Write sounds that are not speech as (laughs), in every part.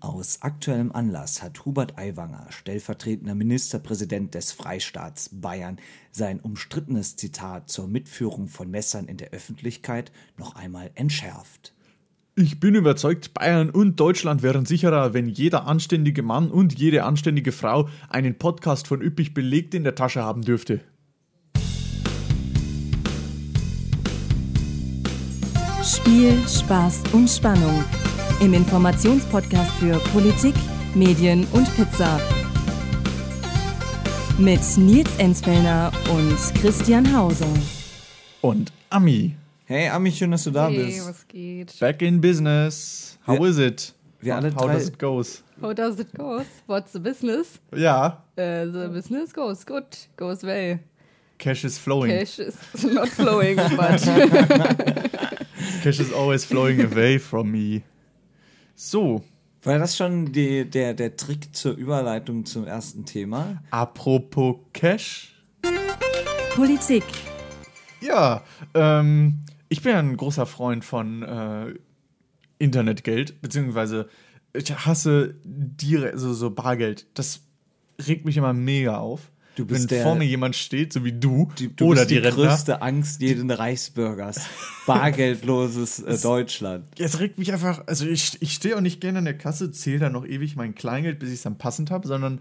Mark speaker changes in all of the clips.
Speaker 1: Aus aktuellem Anlass hat Hubert Aiwanger, stellvertretender Ministerpräsident des Freistaats Bayern, sein umstrittenes Zitat zur Mitführung von Messern in der Öffentlichkeit noch einmal entschärft.
Speaker 2: Ich bin überzeugt, Bayern und Deutschland wären sicherer, wenn jeder anständige Mann und jede anständige Frau einen Podcast von üppig belegt in der Tasche haben dürfte.
Speaker 3: Spiel, Spaß und Spannung. Im Informationspodcast für Politik, Medien und Pizza. Mit Nils Enzfellner und Christian Hauser.
Speaker 2: Und Ami,
Speaker 1: Hey Ami, schön, dass du da
Speaker 4: Hey,
Speaker 1: bist.
Speaker 4: was geht?
Speaker 2: back in business. How
Speaker 1: Wir-
Speaker 2: is it?
Speaker 1: wir alle
Speaker 2: How
Speaker 1: drei-
Speaker 2: does it goes?
Speaker 4: How does it goes? What's the business?
Speaker 2: Ja,
Speaker 4: Uh, the business goes good, goes well.
Speaker 2: cash is flowing.
Speaker 4: Cash is not flowing, but
Speaker 2: Cash is always flowing away from me. So,
Speaker 1: War das schon die, der, der Trick zur Überleitung zum ersten Thema?
Speaker 2: apropos Cash.
Speaker 3: Politik,
Speaker 2: Ja, ähm, ich bin ja ein großer Freund von äh, Internetgeld, beziehungsweise ich hasse Dire, also so Bargeld. Das regt mich immer mega auf.
Speaker 1: Du bist
Speaker 2: Wenn
Speaker 1: der-
Speaker 2: vor mir jemand steht, so wie du,
Speaker 1: Die, du
Speaker 2: oder
Speaker 1: bist die,
Speaker 2: die Rentner.
Speaker 1: größte Angst jeden
Speaker 2: (laughs)
Speaker 1: Reichsbürgers. Bargeldloses äh, Deutschland.
Speaker 2: Es regt mich einfach, also ich, ich stehe auch nicht gerne an der Kasse, zähle dann noch ewig mein Kleingeld, bis ich es dann passend habe, sondern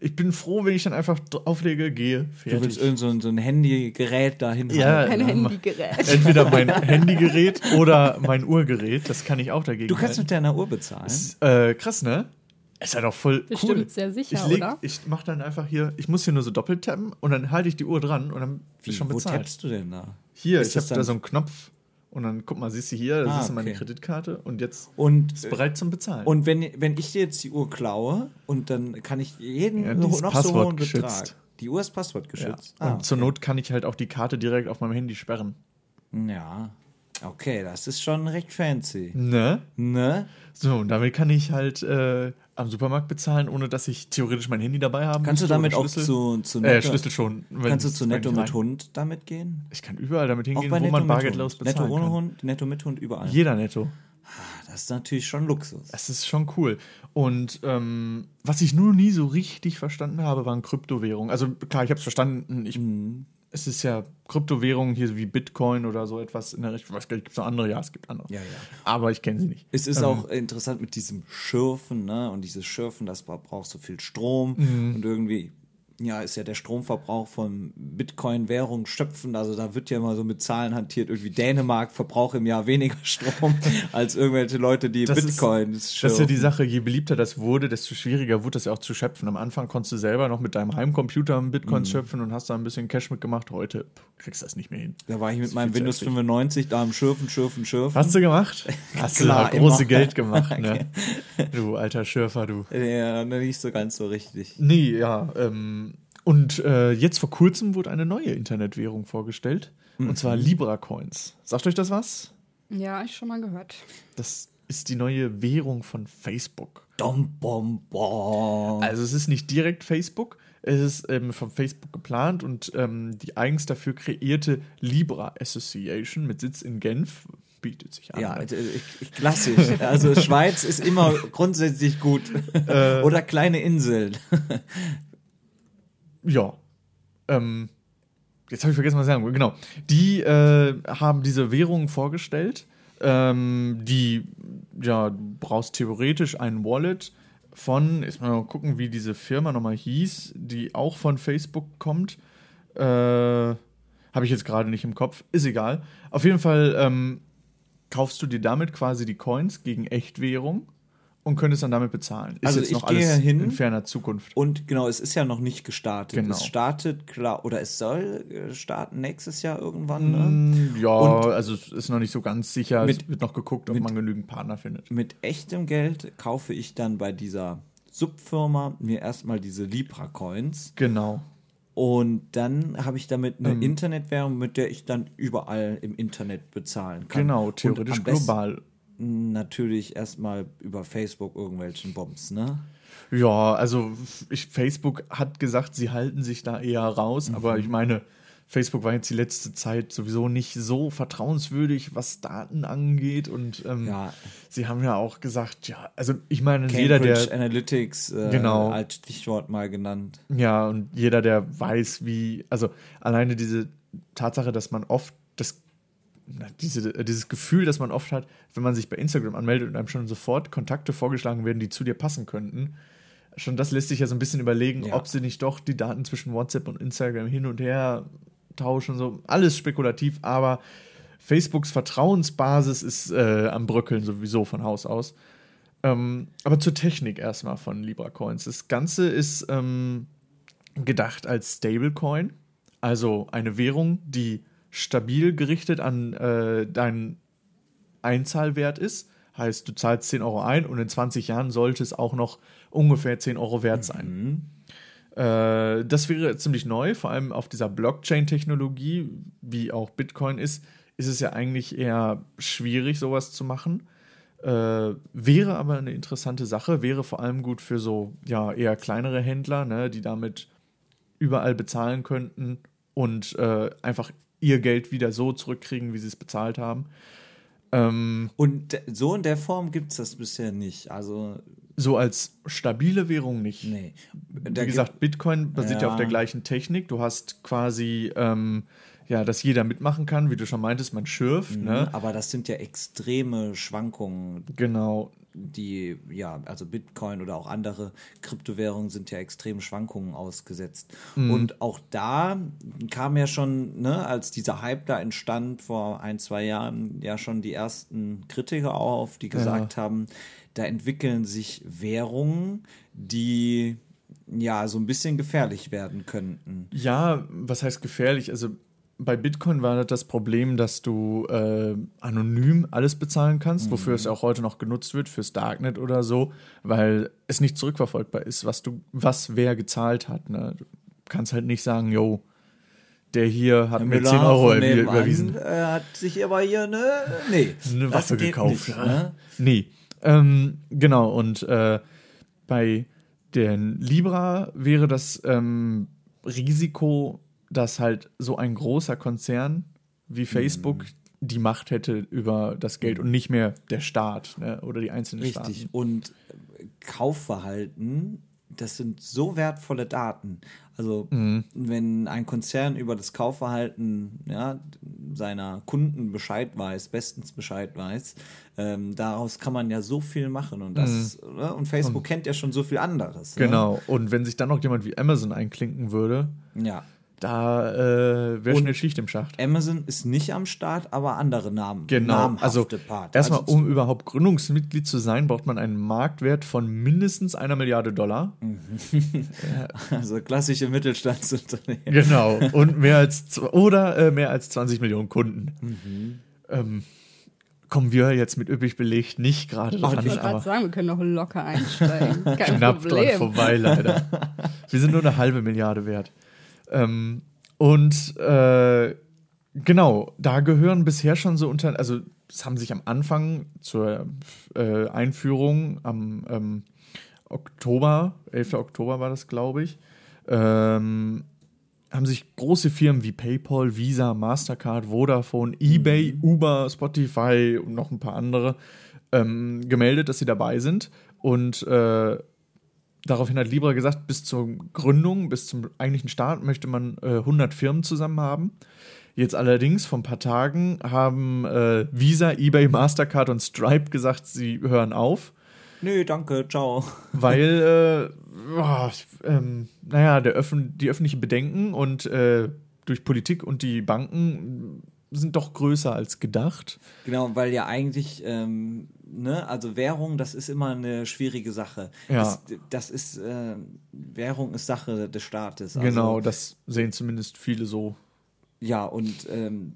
Speaker 2: ich bin froh, wenn ich dann einfach dr- auflege, gehe, fertig.
Speaker 1: Du willst irgend so ein, so ein Handygerät dahin
Speaker 2: ja,
Speaker 1: haben.
Speaker 4: ein
Speaker 2: ähm,
Speaker 4: Handygerät.
Speaker 2: Entweder mein Handygerät oder mein Uhrgerät, das kann ich auch dagegen
Speaker 1: Du kannst
Speaker 2: halten.
Speaker 1: mit deiner Uhr bezahlen.
Speaker 2: Äh, krass, ne? Ist ja doch voll
Speaker 4: Bestimmt
Speaker 2: cool.
Speaker 4: sehr sicher,
Speaker 2: ich leg,
Speaker 4: oder?
Speaker 2: Ich mach dann einfach hier, ich muss hier nur so doppelt tappen und dann halte ich die Uhr dran und dann ist schon
Speaker 1: wo
Speaker 2: bezahlt.
Speaker 1: tappst du denn da?
Speaker 2: Hier,
Speaker 1: Ist
Speaker 2: ich
Speaker 1: das
Speaker 2: habe
Speaker 1: dann-
Speaker 2: da so einen Knopf und dann, guck mal, siehst du hier, das
Speaker 1: Ah,
Speaker 2: ist meine
Speaker 1: okay.
Speaker 2: Kreditkarte und jetzt
Speaker 1: Und,
Speaker 2: ist bereit zum Bezahlen.
Speaker 1: und wenn, wenn ich dir jetzt die Uhr klaue und dann kann ich jeden
Speaker 2: Ja, die
Speaker 1: noch
Speaker 2: ist
Speaker 1: so hohen
Speaker 2: passwortgeschützt.
Speaker 1: Betrag. Die Uhr ist
Speaker 2: ja.
Speaker 1: passwortgeschützt.
Speaker 2: und
Speaker 1: Ja.
Speaker 2: zur Not kann ich halt auch die Karte direkt auf meinem Handy sperren.
Speaker 1: Ah. ja. Okay, das ist schon recht fancy.
Speaker 2: Ne?
Speaker 1: Ne?
Speaker 2: So, und damit kann ich halt äh, am Supermarkt bezahlen, ohne dass ich theoretisch mein Handy dabei haben
Speaker 1: Kannst du
Speaker 2: müsste oder
Speaker 1: damit auch
Speaker 2: Schlüssel.
Speaker 1: zu, zu
Speaker 2: äh,
Speaker 1: Netto,
Speaker 2: Schlüssel schon. wenn-
Speaker 1: kannst du zu
Speaker 2: wenn
Speaker 1: Netto
Speaker 2: ich
Speaker 1: mit
Speaker 2: rein-
Speaker 1: Hund damit gehen?
Speaker 2: Ich kann überall damit
Speaker 1: Auch
Speaker 2: hingehen,
Speaker 1: bei
Speaker 2: wo
Speaker 1: Netto
Speaker 2: man
Speaker 1: mit
Speaker 2: bargeldlos
Speaker 1: Hund. Netto
Speaker 2: bezahlen
Speaker 1: ohne
Speaker 2: kann.
Speaker 1: Hund, Netto mit Hund, überall.
Speaker 2: Jeder Netto.
Speaker 1: Das ist natürlich schon Luxus.
Speaker 2: Das ist schon cool. Und ähm, was ich nur nie so richtig verstanden habe, waren Kryptowährungen. Also klar, ich habe es verstanden. Ich,
Speaker 1: Mhm.
Speaker 2: Es ist ja Kryptowährungen hier so wie Bitcoin oder so etwas in der Richtung. Was gibt es noch andere? Ja, es gibt andere.
Speaker 1: Ja, ja.
Speaker 2: Aber ich kenne sie nicht.
Speaker 1: Es ist auch interessant mit diesem Schürfen, ne? Und dieses Schürfen, das bra- braucht so viel Strom
Speaker 2: Mhm.
Speaker 1: und irgendwie. Ja, ist ja der Stromverbrauch von Bitcoin-Währung schöpfen. Also da wird ja immer so mit Zahlen hantiert. Irgendwie Dänemark verbraucht im Jahr weniger (laughs) Strom als irgendwelche Leute, die
Speaker 2: Das ist-
Speaker 1: Bitcoins
Speaker 2: Das ist ja
Speaker 1: schürfen.
Speaker 2: die Sache, je beliebter das wurde, desto schwieriger wurde das ja auch zu schöpfen. Am Anfang konntest du selber noch mit deinem Heimcomputer Bitcoins
Speaker 1: Mhm.
Speaker 2: schöpfen und hast da ein bisschen Cash mitgemacht. Heute pff, kriegst du das nicht mehr hin.
Speaker 1: da war ich mit
Speaker 2: ist
Speaker 1: meinem
Speaker 2: viel zu
Speaker 1: Windows
Speaker 2: heftig.
Speaker 1: 95 da am Schürfen, Schürfen, Schürfen.
Speaker 2: Hast
Speaker 1: (laughs)
Speaker 2: du gemacht? Hast
Speaker 1: Klar,
Speaker 2: du da große
Speaker 1: immer. (laughs)
Speaker 2: Geld gemacht, ne? Du alter Schürfer, du.
Speaker 1: Ja, nicht so ganz so richtig.
Speaker 2: Nee, ja. Ähm, und äh, jetzt vor kurzem wurde eine neue Internetwährung vorgestellt. Und zwar Libra Coins. Sagt euch das was?
Speaker 4: Ja, ich schon mal gehört.
Speaker 2: Das ist die neue Währung von Facebook.
Speaker 1: Dom, bom, bom.
Speaker 2: Also es ist nicht direkt Facebook, es ist ähm, von Facebook geplant und ähm, die eigens dafür kreierte Libra Association mit Sitz in Genf bietet sich an.
Speaker 1: Ja,
Speaker 2: ne?
Speaker 1: äh, ich, ich, klassisch. Also Schweiz ist immer grundsätzlich gut.
Speaker 2: Äh.
Speaker 1: Oder kleine Inseln.
Speaker 2: ja. Ähm, jetzt habe ich vergessen, was ich sagen wollte. Genau. Die äh, haben diese Währung vorgestellt. Ähm, die, ja, du brauchst theoretisch ein Wallet von, jetzt mal gucken, wie diese Firma nochmal hieß, die auch von Facebook kommt. Äh, habe ich jetzt gerade nicht im Kopf. Ist egal. Auf jeden Fall ähm, kaufst du dir damit quasi die Coins gegen Echtwährung und könntest dann damit bezahlen. Ist
Speaker 1: Also
Speaker 2: jetzt
Speaker 1: ich
Speaker 2: noch
Speaker 1: gehe
Speaker 2: alles
Speaker 1: hin
Speaker 2: in ferner Zukunft.
Speaker 1: Und genau, es ist ja noch nicht gestartet.
Speaker 2: Genau.
Speaker 1: Es startet klar, oder es soll äh, starten nächstes Jahr irgendwann, ne?
Speaker 2: Mm, Ja,
Speaker 1: Und-
Speaker 2: also es ist noch nicht so ganz sicher.
Speaker 1: Mit-
Speaker 2: es wird noch geguckt, ob
Speaker 1: mit-
Speaker 2: man genügend Partner findet.
Speaker 1: Mit echtem Geld kaufe ich dann bei dieser Subfirma mir erstmal diese Libra-Coins
Speaker 2: Genau.
Speaker 1: und dann habe ich damit eine
Speaker 2: Hm.
Speaker 1: Internetwährung, mit der ich dann überall im Internet bezahlen kann.
Speaker 2: Genau,
Speaker 1: Und
Speaker 2: theoretisch
Speaker 1: am besten
Speaker 2: global.
Speaker 1: Natürlich erstmal über Facebook irgendwelchen Bombs, ne? Mhm.
Speaker 2: Ja, also ich, Facebook hat gesagt, sie halten sich da eher raus, aber ich meine, Facebook war jetzt die letzte Zeit sowieso nicht so vertrauenswürdig, was Daten angeht. Und ähm,
Speaker 1: Ja.
Speaker 2: sie haben ja auch gesagt, ja, also ich meine, jeder,
Speaker 1: Cambridge
Speaker 2: der
Speaker 1: Analytics äh,
Speaker 2: Genau.
Speaker 1: als Stichwort mal genannt.
Speaker 2: Ja, und jeder, der weiß, wie, also alleine diese Tatsache, dass man oft das, na, diese, äh, dieses Gefühl, das man oft hat, wenn man sich bei Instagram anmeldet und einem schon sofort Kontakte vorgeschlagen werden, die zu dir passen könnten, schon das lässt sich ja so ein bisschen überlegen,
Speaker 1: Ja.
Speaker 2: ob sie nicht doch die Daten zwischen WhatsApp und Instagram hin und her tauschen, so alles spekulativ, aber Facebooks Vertrauensbasis ist äh, am Bröckeln sowieso von Haus aus. Ähm, aber zur Technik erstmal von Libra Coins. Das Ganze ist ähm, gedacht als Stablecoin, also eine Währung, die stabil gerichtet an äh, deinen Einzahlwert ist. Heißt, du zahlst 10 Euro ein und in 20 Jahren sollte es auch noch ungefähr 10 Euro wert sein. Äh, das wäre ziemlich neu, vor allem auf dieser Blockchain-Technologie, wie auch Bitcoin ist, ist es ja eigentlich eher schwierig, sowas zu machen. Äh, wäre aber eine interessante Sache, wäre vor allem gut für so ja, eher kleinere Händler, ne, die damit überall bezahlen könnten und äh, einfach ihr Geld wieder so zurückkriegen, wie sie es bezahlt haben. Ähm,
Speaker 1: Und de- so in der Form gibt es das bisher nicht. Also,
Speaker 2: so als stabile Währung nicht.
Speaker 1: nee. Da
Speaker 2: Wie gesagt, Bitcoin basiert ja. auf
Speaker 1: Ja.
Speaker 2: der gleichen Technik. Du hast quasi, ähm, ja, dass jeder mitmachen kann, wie du schon meintest, man schürft.
Speaker 1: gibt-
Speaker 2: Ne?
Speaker 1: Mhm, Aber das sind ja extreme Schwankungen,
Speaker 2: Genau,
Speaker 1: die, ja, also Bitcoin oder auch andere Kryptowährungen sind ja extremen Schwankungen ausgesetzt.
Speaker 2: Mhm.
Speaker 1: Und auch da kam ja schon, ne, als dieser Hype da entstand, vor ein, zwei Jahren ja schon die ersten Kritiker auf, die gesagt haben, da entwickeln sich Währungen, die ja so ein bisschen gefährlich werden könnten.
Speaker 2: Ja, was heißt gefährlich? Also bei Bitcoin war das Problem, dass du äh, anonym alles bezahlen
Speaker 1: Mhm.
Speaker 2: kannst, wofür es auch heute noch genutzt wird, fürs Darknet oder so, weil es nicht zurückverfolgbar ist, was du, was wer gezahlt hat. Ne? Du kannst halt nicht sagen, yo, der hier hat mir 10 Euro
Speaker 1: von
Speaker 2: erwie-
Speaker 1: nebenan,
Speaker 2: überwiesen.
Speaker 1: Äh, hat sich aber hier ne, nee,
Speaker 2: Eine
Speaker 1: das
Speaker 2: Waffe
Speaker 1: geht
Speaker 2: gekauft.
Speaker 1: Nicht, ne?
Speaker 2: Nee. Ähm, genau, und äh, bei den Libra wäre das ähm, Risiko, dass halt so ein großer Konzern
Speaker 1: Mhm.
Speaker 2: wie Facebook die Macht hätte über das Geld und nicht mehr der Staat ne, oder die einzelnen
Speaker 1: Richtig.
Speaker 2: Staaten.
Speaker 1: Und äh, Kaufverhalten, das sind so wertvolle Daten. Also,
Speaker 2: Mhm.
Speaker 1: wenn ein Konzern über das Kaufverhalten ja, seiner Kunden Bescheid weiß, bestens Bescheid weiß, ähm, daraus kann man ja so viel machen. Und, das,
Speaker 2: Mhm.
Speaker 1: ist, ne? und Facebook kennt ja schon so viel anderes.
Speaker 2: Genau. Und wenn sich dann noch jemand wie Amazon einklinken würde,
Speaker 1: Ne? Ja.
Speaker 2: da äh, wäre schnell Schicht im Schacht.
Speaker 1: Amazon ist nicht am Start, aber andere Namen.
Speaker 2: Genau, also
Speaker 1: namhafte Partner.
Speaker 2: erstmal,
Speaker 1: Also
Speaker 2: um überhaupt Gründungsmitglied zu sein, braucht man einen Marktwert von mindestens einer Milliarde Dollar.
Speaker 1: (laughs) Mhm. Also klassische Mittelstandsunternehmen. (laughs)
Speaker 2: Genau. Und mehr als zw- oder äh, mehr als 20 Millionen Kunden.
Speaker 1: Mhm.
Speaker 2: Ähm, kommen wir jetzt mit üppig belegt nicht gerade
Speaker 4: Ich
Speaker 2: dran,
Speaker 4: wollte gerade
Speaker 2: aber
Speaker 4: sagen, wir können noch locker einsteigen. Kein
Speaker 2: knapp dran
Speaker 4: Problem.
Speaker 2: vorbei
Speaker 4: (laughs)
Speaker 2: leider. wir sind nur eine halbe Milliarde wert. Ähm, und äh, genau, da gehören bisher schon so unter, also es haben sich am Anfang zur äh, Einführung am ähm, Oktober, 11. Oktober war das, glaube ich, ähm, haben sich große Firmen wie PayPal, Visa, Mastercard,
Speaker 4: Mhm.
Speaker 2: Vodafone, eBay, Uber, Spotify und noch ein paar andere ähm, gemeldet, dass sie dabei sind. Und äh, daraufhin hat Libra gesagt, bis zur Gründung, bis zum eigentlichen Start möchte man äh, 100 Firmen zusammen haben. Jetzt allerdings, vor ein paar Tagen, haben äh, Visa, eBay, Mastercard und Stripe gesagt, sie hören auf
Speaker 1: Nö, danke, ciao.
Speaker 2: weil, äh, boah, ich- ähm, naja, der Öffn die öffentlichen Bedenken und äh, durch Politik und die Banken sind doch größer als gedacht.
Speaker 1: Genau, weil ja eigentlich, ähm, ne, also Währung, das ist immer eine schwierige Sache.
Speaker 2: Ja.
Speaker 1: Das, das ist, äh, Währung ist Sache des Staates. Also,
Speaker 2: genau, das sehen zumindest viele so.
Speaker 1: Ja, und ähm,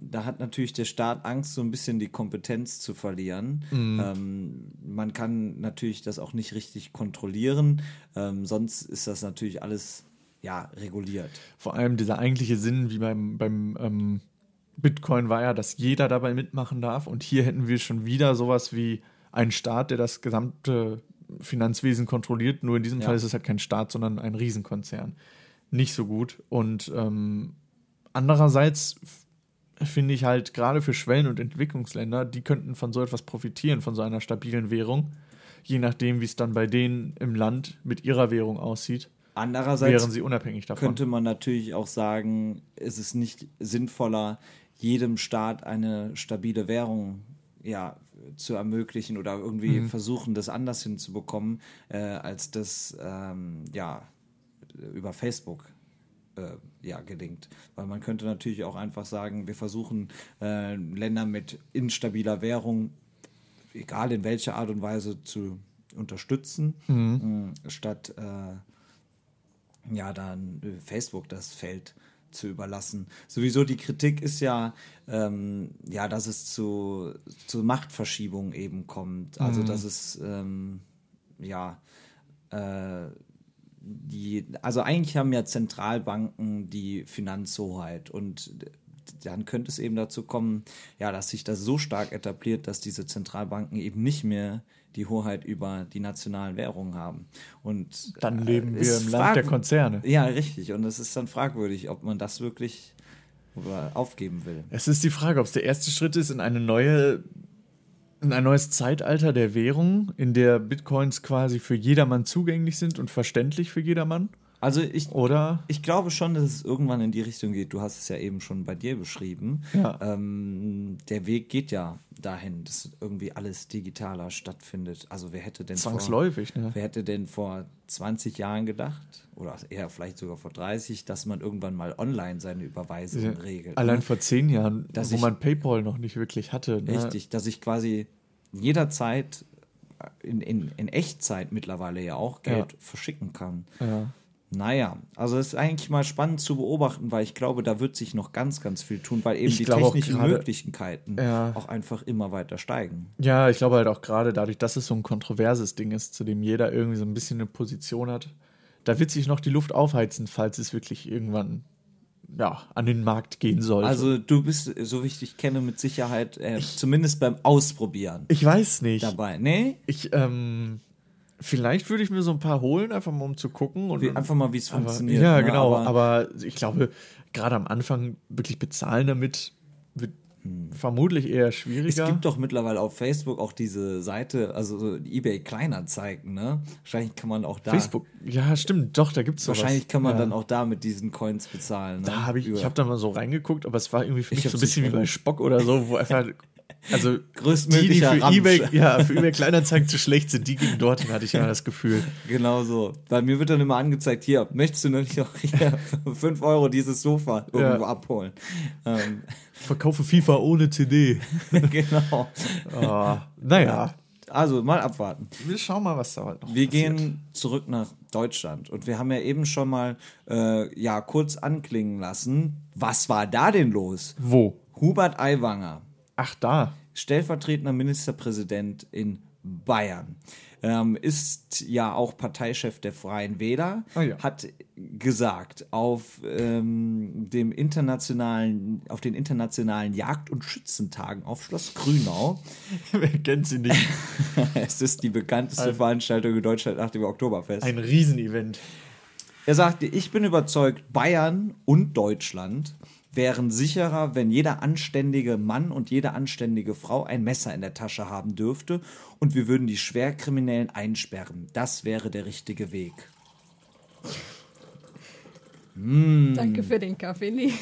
Speaker 1: da hat natürlich der Staat Angst, so ein bisschen die Kompetenz zu verlieren.
Speaker 2: Mhm.
Speaker 1: Ähm, man kann natürlich das auch nicht richtig kontrollieren. Ähm, sonst ist das natürlich alles, ja, reguliert.
Speaker 2: Vor allem dieser eigentliche Sinn, wie beim, beim ähm, Bitcoin war ja, dass jeder dabei mitmachen darf. Und hier hätten wir schon wieder sowas wie einen Staat, der das gesamte Finanzwesen kontrolliert. Nur in diesem
Speaker 1: Ja.
Speaker 2: Fall ist es halt kein Staat, sondern ein Riesenkonzern. Nicht so gut. Und ähm, Andererseits f- finde ich halt gerade für Schwellen- und Entwicklungsländer, die könnten von so etwas profitieren, von so einer stabilen Währung. Je nachdem, wie es dann bei denen im Land mit ihrer Währung aussieht,
Speaker 1: Andererseits
Speaker 2: wären sie unabhängig davon.
Speaker 1: könnte man natürlich auch sagen, es ist nicht sinnvoller, jedem Staat eine stabile Währung ja, zu ermöglichen oder irgendwie versuchen, das anders hinzubekommen, äh, als das ähm, ja, über Facebook äh, ja, gelingt. Weil man könnte natürlich auch einfach sagen, wir versuchen äh, Länder mit instabiler Währung, egal in welcher Art und Weise, zu unterstützen, mh, statt äh, ja, dann äh, Facebook das Feld zu überlassen. Sowieso die Kritik ist ja, ähm, ja, dass es zu, zu Machtverschiebungen eben kommt.
Speaker 2: Mhm.
Speaker 1: Also dass es ähm, ja äh, die, also eigentlich haben ja Zentralbanken die Finanzhoheit und dann könnte es eben dazu kommen, ja, dass sich das so stark etabliert, dass diese Zentralbanken eben nicht mehr die Hoheit über die nationalen Währungen haben. Und
Speaker 2: Dann
Speaker 1: äh,
Speaker 2: leben wir
Speaker 1: ist
Speaker 2: im Land der
Speaker 1: frag-
Speaker 2: Konzerne.
Speaker 1: Ja, richtig. Und es ist dann fragwürdig, ob man das wirklich über- aufgeben will.
Speaker 2: Es ist die Frage, ob es der erste Schritt ist in eine neue, in ein neues Zeitalter der Währung, in der Bitcoins quasi für jedermann zugänglich sind und verständlich für jedermann.
Speaker 1: Also ich,
Speaker 2: Oder?
Speaker 1: ich glaube schon, dass es irgendwann in die Richtung geht. Du hast es ja eben schon bei dir beschrieben.
Speaker 2: Ja.
Speaker 1: Ähm, der Weg geht ja dahin, dass irgendwie alles digitaler stattfindet. Also wer hätte denn
Speaker 2: Zwangsläufig,
Speaker 1: Vor,
Speaker 2: ne?
Speaker 1: wer hätte denn vor 20 Jahren gedacht oder eher vielleicht sogar vor 30, dass man irgendwann mal online seine Überweisungen regelt?
Speaker 2: Allein vor zehn Jahren,
Speaker 1: Dass
Speaker 2: wo
Speaker 1: ich-
Speaker 2: man PayPal noch nicht wirklich hatte. Ne?
Speaker 1: Richtig, dass ich quasi jederzeit in, in, in Echtzeit mittlerweile ja auch Geld
Speaker 2: Ja.
Speaker 1: verschicken kann.
Speaker 2: Ja.
Speaker 1: Naja, also es ist eigentlich mal spannend zu beobachten, weil ich glaube, da wird sich noch ganz, ganz viel tun, weil eben
Speaker 2: Ich
Speaker 1: die
Speaker 2: glaube auch
Speaker 1: technischen
Speaker 2: gerade-
Speaker 1: Möglichkeiten
Speaker 2: Ja.
Speaker 1: auch einfach immer weiter steigen.
Speaker 2: ja, ich glaube halt auch gerade dadurch, dass es so ein kontroverses Ding ist, zu dem jeder irgendwie so ein bisschen eine Position hat, da wird sich noch die Luft aufheizen, falls es wirklich irgendwann ja, an den Markt gehen sollte.
Speaker 1: Also du bist, so wie ich dich kenne, mit Sicherheit äh, zumindest beim Ausprobieren
Speaker 2: ich weiß nicht.
Speaker 1: dabei. ne? Nee?
Speaker 2: Ich, ähm, vielleicht würde ich mir so ein paar holen, einfach mal um zu gucken. Und
Speaker 1: Wie, einfach mal, wie es
Speaker 2: aber,
Speaker 1: funktioniert.
Speaker 2: Ja,
Speaker 1: ne?
Speaker 2: genau.
Speaker 1: Aber-
Speaker 2: Aber, ich glaube, gerade am Anfang wirklich bezahlen damit wird vermutlich eher schwieriger.
Speaker 1: Hm. Es gibt doch mittlerweile auf Facebook auch diese Seite, also so eBay Kleinanzeigen, ne? Wahrscheinlich kann man auch da.
Speaker 2: Facebook. Ja, stimmt. Doch, da gibt es
Speaker 1: Wahrscheinlich kann man
Speaker 2: ja.
Speaker 1: dann auch da mit diesen Coins bezahlen. Ne?
Speaker 2: Da habe ich, ich
Speaker 1: Über-
Speaker 2: habe da mal so reingeguckt, aber es war irgendwie für mich
Speaker 1: hab's
Speaker 2: so ein bisschen wie
Speaker 1: nicht
Speaker 2: bei Spock oder so, wo
Speaker 1: (laughs)
Speaker 2: einfach. Also die, die
Speaker 1: Größtmöglicher
Speaker 2: für
Speaker 1: Ramsch.
Speaker 2: eBay, ja, für eBay Kleinanzeigen zu schlecht sind, die gingen dorthin, hatte ich immer das Gefühl.
Speaker 1: Genau so. Bei mir wird dann immer angezeigt, hier, möchtest du nicht noch
Speaker 2: (laughs)
Speaker 1: hier für 5 Euro dieses Sofa irgendwo
Speaker 2: Ja.
Speaker 1: abholen? Ähm, (laughs)
Speaker 2: Verkaufe FIFA ohne CD.
Speaker 1: genau.
Speaker 2: Oh, naja,
Speaker 1: Also mal abwarten.
Speaker 2: wir schauen mal, was da heute noch
Speaker 1: Wir gehen zurück nach Deutschland und wir haben ja eben schon mal äh, ja kurz anklingen lassen. Was war da denn los?
Speaker 2: Wo?
Speaker 1: Hubert Aiwanger,
Speaker 2: Ach, da.
Speaker 1: stellvertretender Ministerpräsident in Bayern. Ähm, ist ja auch Parteichef der Freien Wähler,
Speaker 2: Ah ja.
Speaker 1: hat gesagt, auf ähm, dem internationalen, auf den internationalen Jagd- und Schützentagen auf Schloss Grünau,
Speaker 2: (laughs) Wer kennt sie nicht?
Speaker 1: (laughs) es ist die bekannteste Veranstaltung in Deutschland nach dem Oktoberfest.
Speaker 2: (laughs) Ein Riesenevent.
Speaker 1: Er sagte, ich bin überzeugt, Bayern und Deutschland wären sicherer, wenn jeder anständige Mann und jede anständige Frau ein Messer in der Tasche haben dürfte und wir würden die Schwerkriminellen einsperren. Das wäre der richtige Weg.
Speaker 4: Danke für den Kaffee, Nils.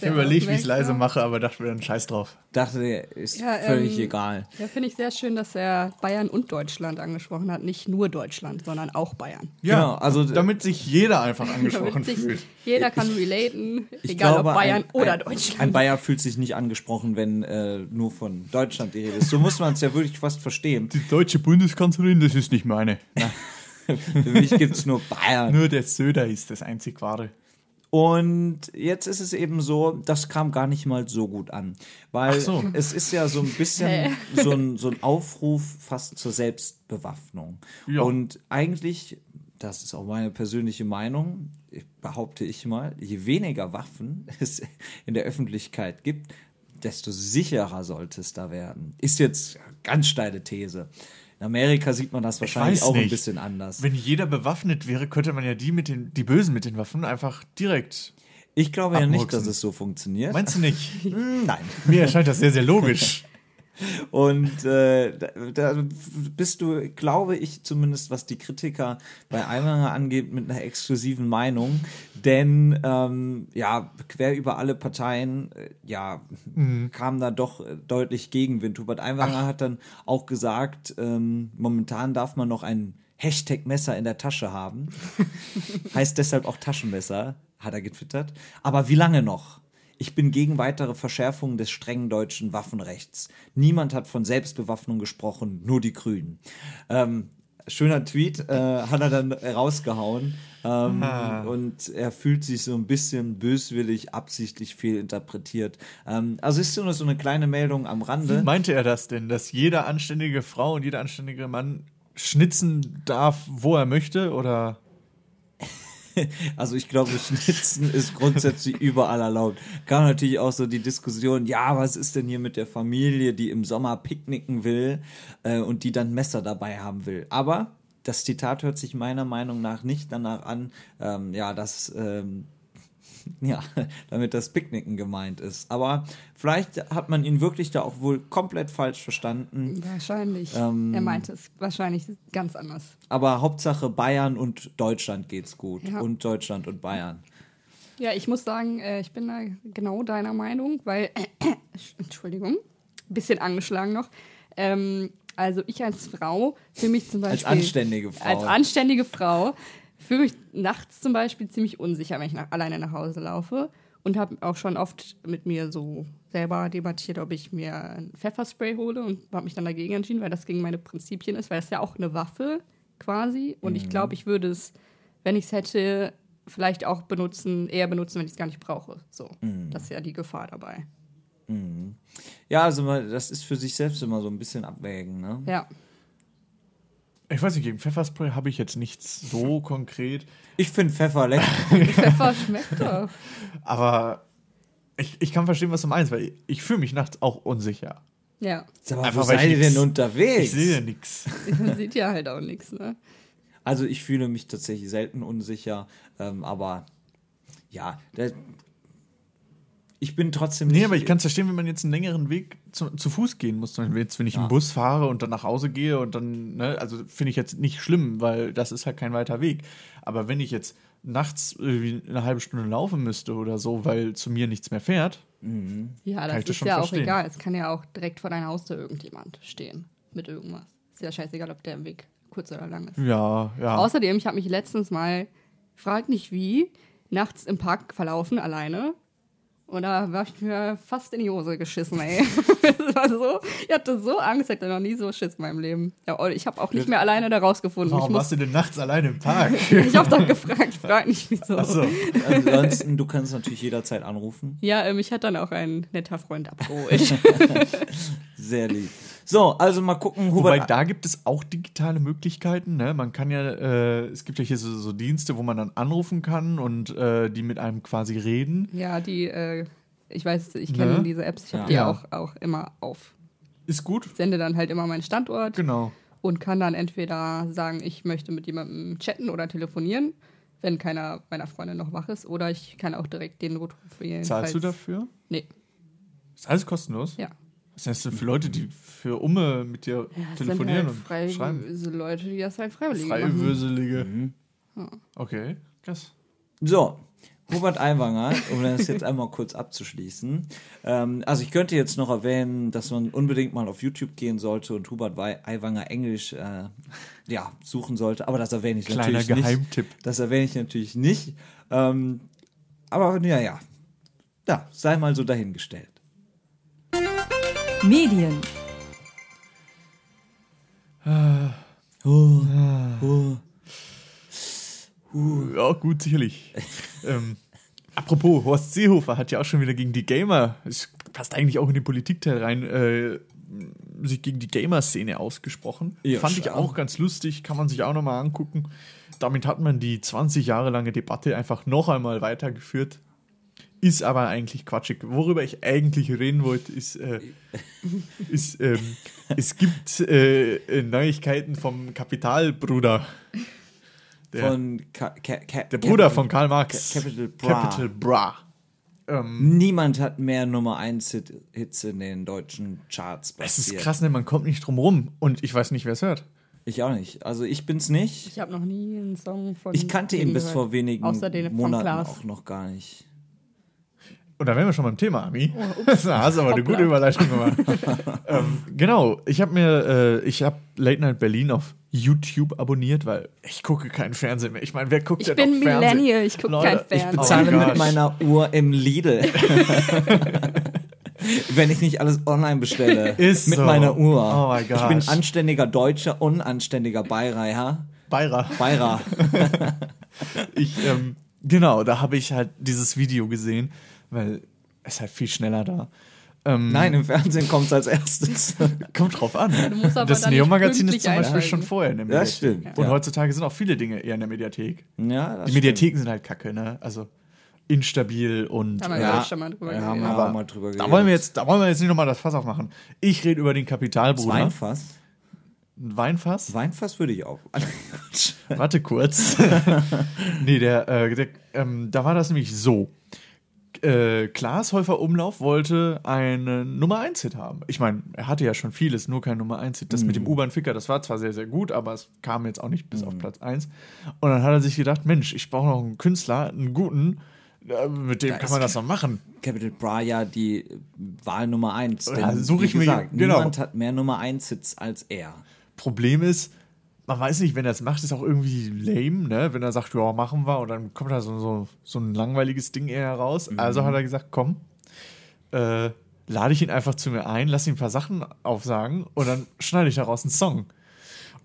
Speaker 2: Ich überlege, wie ich es leise mache, aber dachte mir dann Scheiß drauf.
Speaker 1: Dachte er, ist
Speaker 4: Ja,
Speaker 1: völlig
Speaker 4: ähm,
Speaker 1: egal.
Speaker 4: Ja, finde ich sehr schön, dass er Bayern und Deutschland angesprochen hat. Nicht nur Deutschland, sondern auch Bayern.
Speaker 1: Ja, Genau, also-
Speaker 2: damit sich jeder einfach angesprochen
Speaker 4: (laughs) Damit sich
Speaker 2: fühlt.
Speaker 4: jeder kann relaten, egal ob Bayern
Speaker 1: ein,
Speaker 4: oder
Speaker 1: ein,
Speaker 4: Deutschland.
Speaker 1: Ein Bayer fühlt sich nicht angesprochen, wenn äh, nur von Deutschland die Rede ist. So muss man es ja wirklich fast verstehen.
Speaker 2: Die deutsche Bundeskanzlerin, das ist nicht meine.
Speaker 1: Für mich gibt es nur Bayern.
Speaker 2: Nur der Söder ist das einzig wahre.
Speaker 1: Und jetzt ist es eben so, das kam gar nicht mal so gut an. Weil
Speaker 2: Ach so.
Speaker 1: es ist ja so ein bisschen so ein, so ein Aufruf fast zur Selbstbewaffnung.
Speaker 2: Ja.
Speaker 1: Und eigentlich, das ist auch meine persönliche Meinung, ich- behaupte ich mal, je weniger Waffen (laughs) es in der Öffentlichkeit gibt, desto sicherer sollte es da werden. Ist jetzt ganz steile These. In Amerika sieht man das wahrscheinlich auch ein bisschen anders.
Speaker 2: Wenn jeder bewaffnet wäre, könnte man ja die mit den, die Bösen mit den Waffen einfach direkt
Speaker 1: Ich glaube ja nicht,
Speaker 2: Abmurksen.
Speaker 1: dass es so funktioniert.
Speaker 2: Meinst du
Speaker 4: (laughs)
Speaker 2: nicht?
Speaker 1: Hm, Nein.
Speaker 2: Mir erscheint das sehr, sehr (laughs) logisch.
Speaker 1: Und äh, da, da bist du, glaube ich, zumindest was die Kritiker bei Eimanger angeht, mit einer exklusiven Meinung. Denn ähm, ja, quer über alle Parteien äh, ja, kam da doch äh, deutlich Gegenwind. Hubert Eimanger hat dann auch gesagt, ähm, momentan darf man noch ein Hashtag Messer in der Tasche haben. heißt deshalb auch Taschenmesser, hat er getwittert. Aber wie lange noch? Ich bin gegen weitere Verschärfungen des strengen deutschen Waffenrechts. Niemand hat von Selbstbewaffnung gesprochen, nur die Grünen. Ähm, schöner Tweet, äh, hat er dann rausgehauen. Ähm, Und er fühlt sich so ein bisschen böswillig, absichtlich fehlinterpretiert. Ähm, also ist nur so eine kleine Meldung am Rande.
Speaker 2: Meinte er das denn, dass jede anständige Frau und jeder anständige Mann schnitzen darf, wo er möchte? Oder
Speaker 1: Also ich glaube, Schnitzen ist grundsätzlich überall erlaubt. Kam natürlich auch so die Diskussion, ja, was ist denn hier mit der Familie, die im Sommer picknicken will äh, und die dann Messer dabei haben will. Aber das Zitat hört sich meiner Meinung nach nicht danach an, ähm, ja, dass ähm, (laughs) ja, damit das Picknicken gemeint ist. Aber vielleicht hat man ihn wirklich da auch wohl komplett falsch verstanden.
Speaker 4: Wahrscheinlich.
Speaker 1: Ähm,
Speaker 4: er meinte es wahrscheinlich ganz anders.
Speaker 1: Aber Hauptsache Bayern und Deutschland geht's gut.
Speaker 4: Ja.
Speaker 1: Und Deutschland und Bayern.
Speaker 4: Ja, ich muss sagen, äh, ich bin da genau deiner Meinung, weil, äh, (coughs) Entschuldigung, bisschen angeschlagen noch. Ähm, also ich als Frau fühle mich zum
Speaker 1: Als
Speaker 4: Beispiel...
Speaker 1: anständige Frau.
Speaker 4: Als anständige Frau fühle mich nachts zum Beispiel ziemlich unsicher, wenn ich nach, alleine nach Hause laufe. Und habe auch schon oft mit mir so selber debattiert, ob ich mir ein Pfefferspray hole und habe mich dann dagegen entschieden, weil das gegen meine Prinzipien ist, weil es ja auch eine Waffe quasi. Und ich glaube, ich würde es, wenn ich es hätte, vielleicht auch benutzen, eher benutzen, wenn ich es gar nicht brauche. So, das ist ja die Gefahr dabei.
Speaker 1: Ja, also man- das ist für sich selbst immer so ein bisschen abwägen, ne?
Speaker 4: Ja, (laughs)
Speaker 2: ich weiß nicht, gegen Pfefferspray habe ich jetzt nichts so konkret.
Speaker 1: Ich finde Pfeffer
Speaker 2: (laughs)
Speaker 1: lecker.
Speaker 4: Pfeffer schmeckt doch.
Speaker 2: Aber ich, ich kann verstehen, was du meinst, weil ich fühle mich nachts auch unsicher.
Speaker 4: Ja, (laughs)
Speaker 1: Sag mal, wo
Speaker 2: Einfach, weil
Speaker 1: seid
Speaker 2: ich
Speaker 1: ihr denn
Speaker 2: nix- Ich
Speaker 1: unterwegs?
Speaker 2: sehe nichts.
Speaker 4: man sieht ja halt auch nichts, ne?
Speaker 1: also ich fühle mich tatsächlich selten unsicher, ähm, aber ja, der, ich bin trotzdem nicht.
Speaker 2: Nee, aber ich kann es verstehen, wenn man jetzt einen längeren Weg zu, zu Fuß gehen muss. Zum Beispiel jetzt, wenn ich einen Bus fahre und dann nach Hause gehe und dann, ne, also finde ich jetzt nicht schlimm, weil das ist halt kein weiter Weg. Aber wenn ich jetzt nachts irgendwie eine halbe Stunde laufen müsste oder so, weil zu mir nichts mehr fährt,
Speaker 4: Ja,
Speaker 2: ich
Speaker 4: das
Speaker 2: das
Speaker 4: ist
Speaker 2: schon
Speaker 4: ja auch
Speaker 2: verstehen.
Speaker 4: egal. Es kann ja auch direkt vor deiner Haustür irgendjemand stehen mit irgendwas. Ist ja scheißegal, ob der im Weg kurz oder lang ist.
Speaker 2: ja, ja.
Speaker 4: Außerdem, ich habe mich letztens mal, fragt nicht wie, nachts im Park verlaufen alleine. Und da war ich mir fast in die Hose geschissen,
Speaker 2: (laughs)
Speaker 4: ey. (laughs) das war so, ich hatte so Angst, ich hatte noch nie so Schiss in meinem Leben. Ja, und ich habe auch nicht mehr alleine da rausgefunden.
Speaker 2: Warum
Speaker 4: ich
Speaker 2: warst du denn nachts allein im Park?
Speaker 4: muss, (laughs) ich habe doch gefragt, frag nicht wieso.
Speaker 2: Achso.
Speaker 1: Ansonsten, du kannst natürlich jederzeit anrufen.
Speaker 4: Ja, äh, mich hat dann auch ein
Speaker 2: (laughs)
Speaker 4: netter Freund abgeholt.
Speaker 1: Sehr lieb. So, also mal gucken,
Speaker 2: Wobei
Speaker 1: Hubert.
Speaker 2: da gibt es auch digitale Möglichkeiten. Ne? Man kann ja, äh, es gibt ja hier so, so Dienste, wo man dann anrufen kann und äh, die mit einem quasi reden.
Speaker 4: Ja, die, äh, ich weiß, ich kenne
Speaker 2: Ne?
Speaker 4: diese Apps, ich habe
Speaker 1: Ja.
Speaker 4: die
Speaker 2: Ja.
Speaker 4: auch, auch immer auf.
Speaker 2: Ist gut.
Speaker 4: Sende dann halt immer meinen Standort
Speaker 2: Genau.
Speaker 4: und kann dann entweder sagen, ich möchte mit jemandem chatten oder telefonieren, wenn keiner meiner Freunde noch wach ist, oder ich kann auch direkt den Notruf wählen.
Speaker 2: Zahlst du
Speaker 4: falls-
Speaker 2: dafür?
Speaker 4: Nee,
Speaker 2: Ist alles kostenlos?
Speaker 4: ja.
Speaker 2: Was heißt denn für Leute, die für Umme mit dir telefonieren und schreiben?
Speaker 4: halt Leute, die das halt freiwillig machen.
Speaker 2: Freiwürselige. Okay, krass.
Speaker 1: So. Hubert Aiwanger, um das jetzt einmal kurz abzuschließen. Ähm, also ich könnte jetzt noch erwähnen, dass man unbedingt mal auf YouTube gehen sollte und Hubert Wei- Aiwanger Englisch äh, ja, suchen sollte. Aber das erwähne ich
Speaker 2: Kleiner
Speaker 1: natürlich
Speaker 2: Geheimtipp.
Speaker 1: nicht. Das erwähne ich natürlich nicht. Ähm, aber ja, ja. Ja, sei mal so dahingestellt.
Speaker 3: Medien.
Speaker 2: Uh, Ja, gut, sicherlich. ähm, apropos, Horst Seehofer hat ja auch schon wieder gegen die Gamer, es passt eigentlich auch in den Politikteil rein, äh, sich gegen die Gamer-Szene ausgesprochen.
Speaker 1: Ja,
Speaker 2: Fand ich
Speaker 1: schau.
Speaker 2: auch ganz lustig, kann man sich auch nochmal angucken. Damit hat man die 20 Jahre lange Debatte einfach noch einmal weitergeführt. Ist aber eigentlich quatschig. Worüber ich eigentlich reden wollte, ist, äh, ist ähm, es gibt äh, äh, Neuigkeiten vom Kapitalbruder. Der-
Speaker 1: Von Ka Ka Ka
Speaker 2: der Bruder von Karl Marx.
Speaker 1: Capital Bra.
Speaker 2: Capital Bra. Ähm,
Speaker 1: Niemand hat mehr Nummer 1 Hit Hits in den deutschen Charts.
Speaker 2: es ist
Speaker 1: platziert.
Speaker 2: krass, ne? man kommt nicht drum rum und ich weiß nicht, wer es hört.
Speaker 1: Ich auch nicht. Also ich bin's nicht.
Speaker 4: Ich habe noch nie einen Song von.
Speaker 1: Ich kannte
Speaker 4: ihm
Speaker 1: ihn bis vor wenigen
Speaker 4: Außer den von
Speaker 1: Monaten
Speaker 4: Klaas.
Speaker 1: auch noch gar nicht.
Speaker 2: Und da wären wir schon beim Thema, Ami.
Speaker 4: Oh,
Speaker 2: (laughs) da hast du aber eine gute Überleitung
Speaker 4: (laughs)
Speaker 2: gemacht. ähm, genau, ich habe mir, äh, ich habe Late Night Berlin auf YouTube abonniert, weil ich gucke keinen Fernsehen mehr. Ich meine, wer guckt
Speaker 4: Ich
Speaker 2: denn
Speaker 4: bin
Speaker 2: auf Fernsehen?
Speaker 4: Millennial, ich guck
Speaker 2: Leute,
Speaker 4: kein
Speaker 1: Ich
Speaker 4: Fernsehen.
Speaker 1: bezahle
Speaker 2: Oh mein
Speaker 1: mit
Speaker 2: Gott.
Speaker 1: meiner Uhr im
Speaker 2: (laughs)
Speaker 1: Lidl. Wenn ich nicht alles online bestelle.
Speaker 2: Ist
Speaker 1: mit
Speaker 2: so.
Speaker 1: meiner Uhr.
Speaker 2: Oh mein
Speaker 1: Ich bin
Speaker 2: gosh.
Speaker 1: anständiger Deutscher, unanständiger Beireiher.
Speaker 2: Beira. (laughs)
Speaker 1: Beirer.
Speaker 2: Ich, ähm, genau, da habe ich halt dieses Video gesehen, weil es halt viel schneller da. Ähm,
Speaker 1: Nein, im Fernsehen kommt's als
Speaker 2: (laughs)
Speaker 1: erstes.
Speaker 2: Kommt drauf an. ne?
Speaker 4: musst aber
Speaker 2: das
Speaker 4: dann nicht
Speaker 2: Neo-Magazin ist
Speaker 4: pünktlich
Speaker 2: zum Beispiel
Speaker 4: einsteigen.
Speaker 2: schon vorher in der Mediathek.
Speaker 1: Das stimmt,
Speaker 2: Und
Speaker 1: ja.
Speaker 2: heutzutage sind auch viele Dinge eher in der Mediathek.
Speaker 1: ja, das
Speaker 2: Die Mediatheken sind halt kacke, ne? Also instabil und. äh,
Speaker 4: Aber
Speaker 1: stimmt.
Speaker 4: Ja,
Speaker 1: Ja,
Speaker 4: schon mal
Speaker 1: ja,
Speaker 4: drüber geredet.
Speaker 1: haben wir aber auch mal drüber
Speaker 2: da wollen wir jetzt, da wollen wir jetzt nicht nochmal das Fass aufmachen. Ich rede über den
Speaker 1: Das
Speaker 2: Kapitalbruder.
Speaker 1: Weinfass.
Speaker 2: Ein Weinfass?
Speaker 1: Weinfass würde ich auch. (laughs)
Speaker 2: Warte kurz. (laughs) nee, der, äh, der ähm, da war das nämlich so. Äh, Klaas Häufer Umlauf wollte einen Nummer 1 Hit haben. Ich meine, er hatte ja schon vieles, nur kein Nummer 1 Hit. Das mit dem U-Bahn Ficker, das war zwar sehr sehr gut, aber es kam jetzt auch nicht bis auf Platz 1. Und dann hat er sich gedacht, Mensch, ich brauche noch einen Künstler, einen guten, äh, mit dem kann man das noch machen.
Speaker 1: Capital Bra ja die Wahl Nummer 1.
Speaker 2: Ja, suche ich mir- genau.
Speaker 1: Niemand hat mehr Nummer 1 Hits als er.
Speaker 2: Problem ist, man weiß nicht, wenn er es macht, ist auch irgendwie lame, ne? Wenn er sagt, ja, machen wir, und dann kommt da so, so, so ein langweiliges Ding eher heraus. Also hat er gesagt, komm, äh, lade ich ihn einfach zu mir ein, lass ihn ein paar Sachen aufsagen und dann schneide ich daraus einen Song.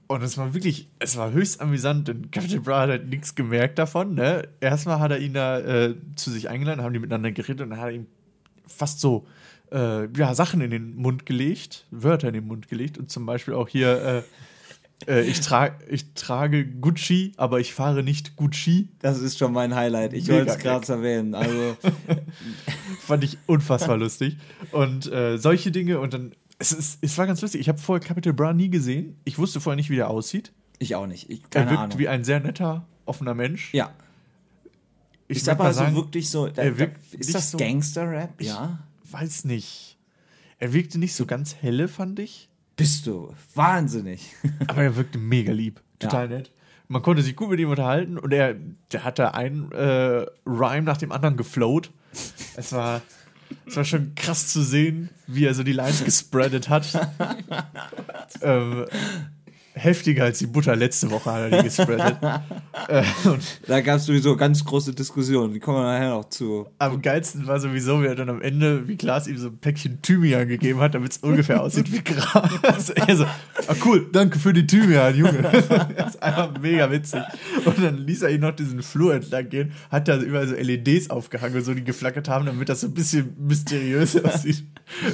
Speaker 2: Und es war wirklich, es war höchst amüsant, denn Captain Bra hat halt nichts gemerkt davon, ne? Erstmal hat er ihn da äh, zu sich eingeladen, haben die miteinander geredet und dann hat er ihm fast so äh, ja, Sachen in den Mund gelegt, Wörter in den Mund gelegt und zum Beispiel auch hier, äh, äh, ich, tra ich trage Gucci, aber ich fahre nicht Gucci,
Speaker 1: Das ist schon mein Highlight. Ich
Speaker 2: Mega
Speaker 1: wollte es gerade erwähnen.
Speaker 2: (laughs)
Speaker 1: Also
Speaker 2: fand ich
Speaker 1: (laughs)
Speaker 2: unfassbar lustig und äh, solche Dinge und dann, es, ist, es war ganz lustig, ich habe vorher Capital Bra nie gesehen, ich wusste vorher nicht, wie der aussieht,
Speaker 1: ich auch nicht. Ich,
Speaker 2: er
Speaker 1: keine
Speaker 2: wirkt
Speaker 1: Ahnung.
Speaker 2: wie ein sehr netter, offener Mensch.
Speaker 1: ja,
Speaker 2: ich
Speaker 1: ist
Speaker 2: würd
Speaker 1: aber
Speaker 2: mal
Speaker 1: also
Speaker 2: sagen,
Speaker 1: wirklich so. Da,
Speaker 2: er wirkt
Speaker 1: da, ist
Speaker 2: nicht
Speaker 1: das
Speaker 2: so-
Speaker 1: Gangster-Rap? Ja.
Speaker 2: weiß nicht, er wirkte nicht so ganz helle, fand ich.
Speaker 1: Bist du wahnsinnig. (laughs)
Speaker 2: Aber er wirkte mega lieb. Total nett. Man konnte sich gut mit ihm unterhalten und er der hat da einen äh, Rhyme nach dem anderen geflowt. Es war, es war schon krass zu sehen, wie er so die Lines gespreadet hat. ähm, heftiger als die Butter letzte Woche hat er die gespreadet. äh, und
Speaker 1: Da gab es sowieso ganz große Diskussionen. Die kommen wir nachher noch zu.
Speaker 2: am geilsten war sowieso, wie er dann am Ende, wie Klaas ihm so ein Päckchen Thymian gegeben hat, damit es (laughs) ungefähr aussieht wie Gras. (laughs) er so, ah cool, danke für die Thymian, (laughs) Junge. das ist einfach mega witzig. Und dann ließ er ihn noch diesen Flur entlang gehen, hat da überall so LEDs aufgehangen und so, die geflackert haben, damit das so ein bisschen mysteriös aussieht.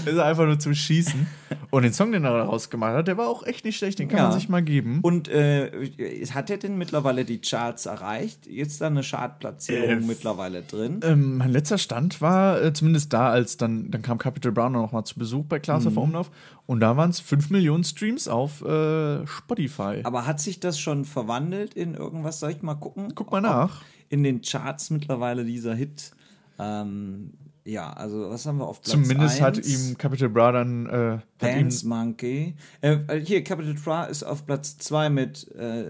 Speaker 2: Das ist einfach nur zum Schießen. Und den Song, den er daraus gemacht hat, der war auch echt nicht schlecht, den kann
Speaker 1: Ja.
Speaker 2: man sich mal geben.
Speaker 1: Und äh, hat er denn mittlerweile die Charts erreicht? Jetzt da eine Chartplatzierung
Speaker 2: Äh,
Speaker 1: mittlerweile drin?
Speaker 2: Ähm, mein letzter Stand war äh, zumindest da, als dann, dann kam Capital Brown noch mal zu Besuch bei Klaas
Speaker 1: Mhm.
Speaker 2: auf Umlauf und da waren es 5 Millionen Streams auf äh, Spotify.
Speaker 1: Aber hat sich das schon verwandelt in irgendwas? Soll ich mal gucken?
Speaker 2: Guck mal nach.
Speaker 1: In den Charts mittlerweile dieser Hit. Ähm, ja, also was haben wir auf Platz
Speaker 2: Zumindest hat
Speaker 1: 1?
Speaker 2: ihm Capital Bra dann äh, hat ihm,
Speaker 1: Dance Monkey. Äh, äh, hier, Capital Bra ist auf Platz 2 mit äh,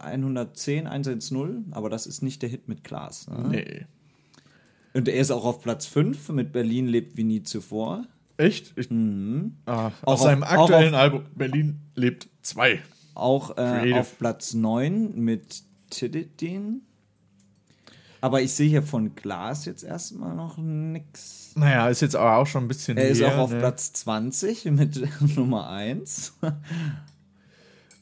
Speaker 1: 110, 110, aber das ist nicht der Hit mit Klaas. Ne?
Speaker 2: nee.
Speaker 1: Und er ist auch auf Platz 5 mit Berlin lebt wie nie zuvor.
Speaker 2: Echt? Ich, ah, auf,
Speaker 1: Mhm. Auch auf-
Speaker 2: seinem
Speaker 1: auch auf-
Speaker 2: aktuellen Album Berlin lebt 2.
Speaker 1: Auch äh,
Speaker 2: Creative.
Speaker 1: auf Platz 9 mit Tiditin. Aber ich sehe hier von Glas jetzt erstmal noch nix.
Speaker 2: Naja, ist jetzt aber auch schon ein bisschen
Speaker 1: Er ist
Speaker 2: her,
Speaker 1: auch auf
Speaker 2: ne?
Speaker 1: Platz 20 mit (laughs) Nummer 1.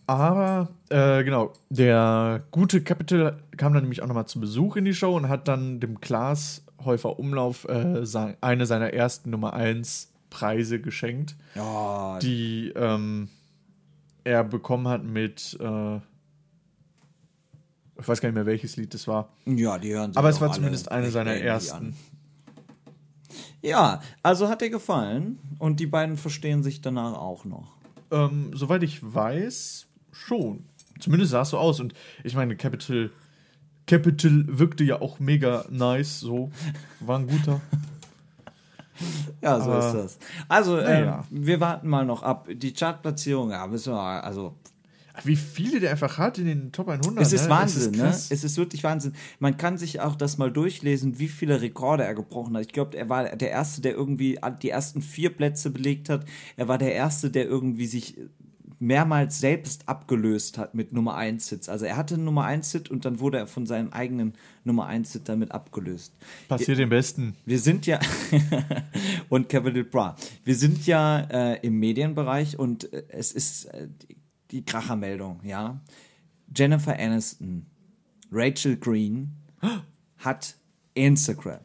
Speaker 2: Aber äh, genau, der gute Capital kam dann nämlich auch nochmal zu Besuch in die Show und hat dann dem Klaas Häufer Umlauf äh, sein- eine seiner ersten Nummer 1 Preise geschenkt,
Speaker 1: Ja,
Speaker 2: die ähm, er bekommen hat mit, äh, ich weiß gar nicht mehr welches Lied das war,
Speaker 1: ja, die hören sich
Speaker 2: aber es
Speaker 1: auch
Speaker 2: war
Speaker 1: alle
Speaker 2: zumindest eine
Speaker 1: recht
Speaker 2: seiner
Speaker 1: ähnlich
Speaker 2: ersten.
Speaker 1: an. Ja, also hat dir gefallen. Und die beiden verstehen sich danach auch noch.
Speaker 2: Ähm, soweit ich weiß, schon. Zumindest sah es so aus. Und ich meine, Capital Capital wirkte ja auch mega nice, so. War ein guter.
Speaker 1: Ja, so
Speaker 2: Aber-
Speaker 1: ist das. Also,
Speaker 2: Naja.
Speaker 1: ähm, wir warten mal noch ab. Die Chartplatzierung, ja, müssen wir, mal- also,
Speaker 2: Wie viele der einfach hat in den Top 100.
Speaker 1: es ist
Speaker 2: ne?
Speaker 1: Wahnsinn, ne?
Speaker 2: krass.
Speaker 1: Es ist wirklich Wahnsinn. Man kann sich auch das mal durchlesen, wie viele Rekorde er gebrochen hat. Ich glaube, er war der Erste, der irgendwie die ersten vier Plätze belegt hat. Er war der Erste, der irgendwie sich mehrmals selbst abgelöst hat mit Nummer 1 Hits. Also er hatte einen Nummer 1 Hit und dann wurde er von seinem eigenen Nummer 1 Hit damit abgelöst.
Speaker 2: Passiert den Besten.
Speaker 1: Wir sind ja (laughs) und Capital Bra. Wir sind ja äh, im Medienbereich und äh, es ist äh, die- die Krachermeldung, ja. Jennifer Aniston, Rachel Green hat Instagram.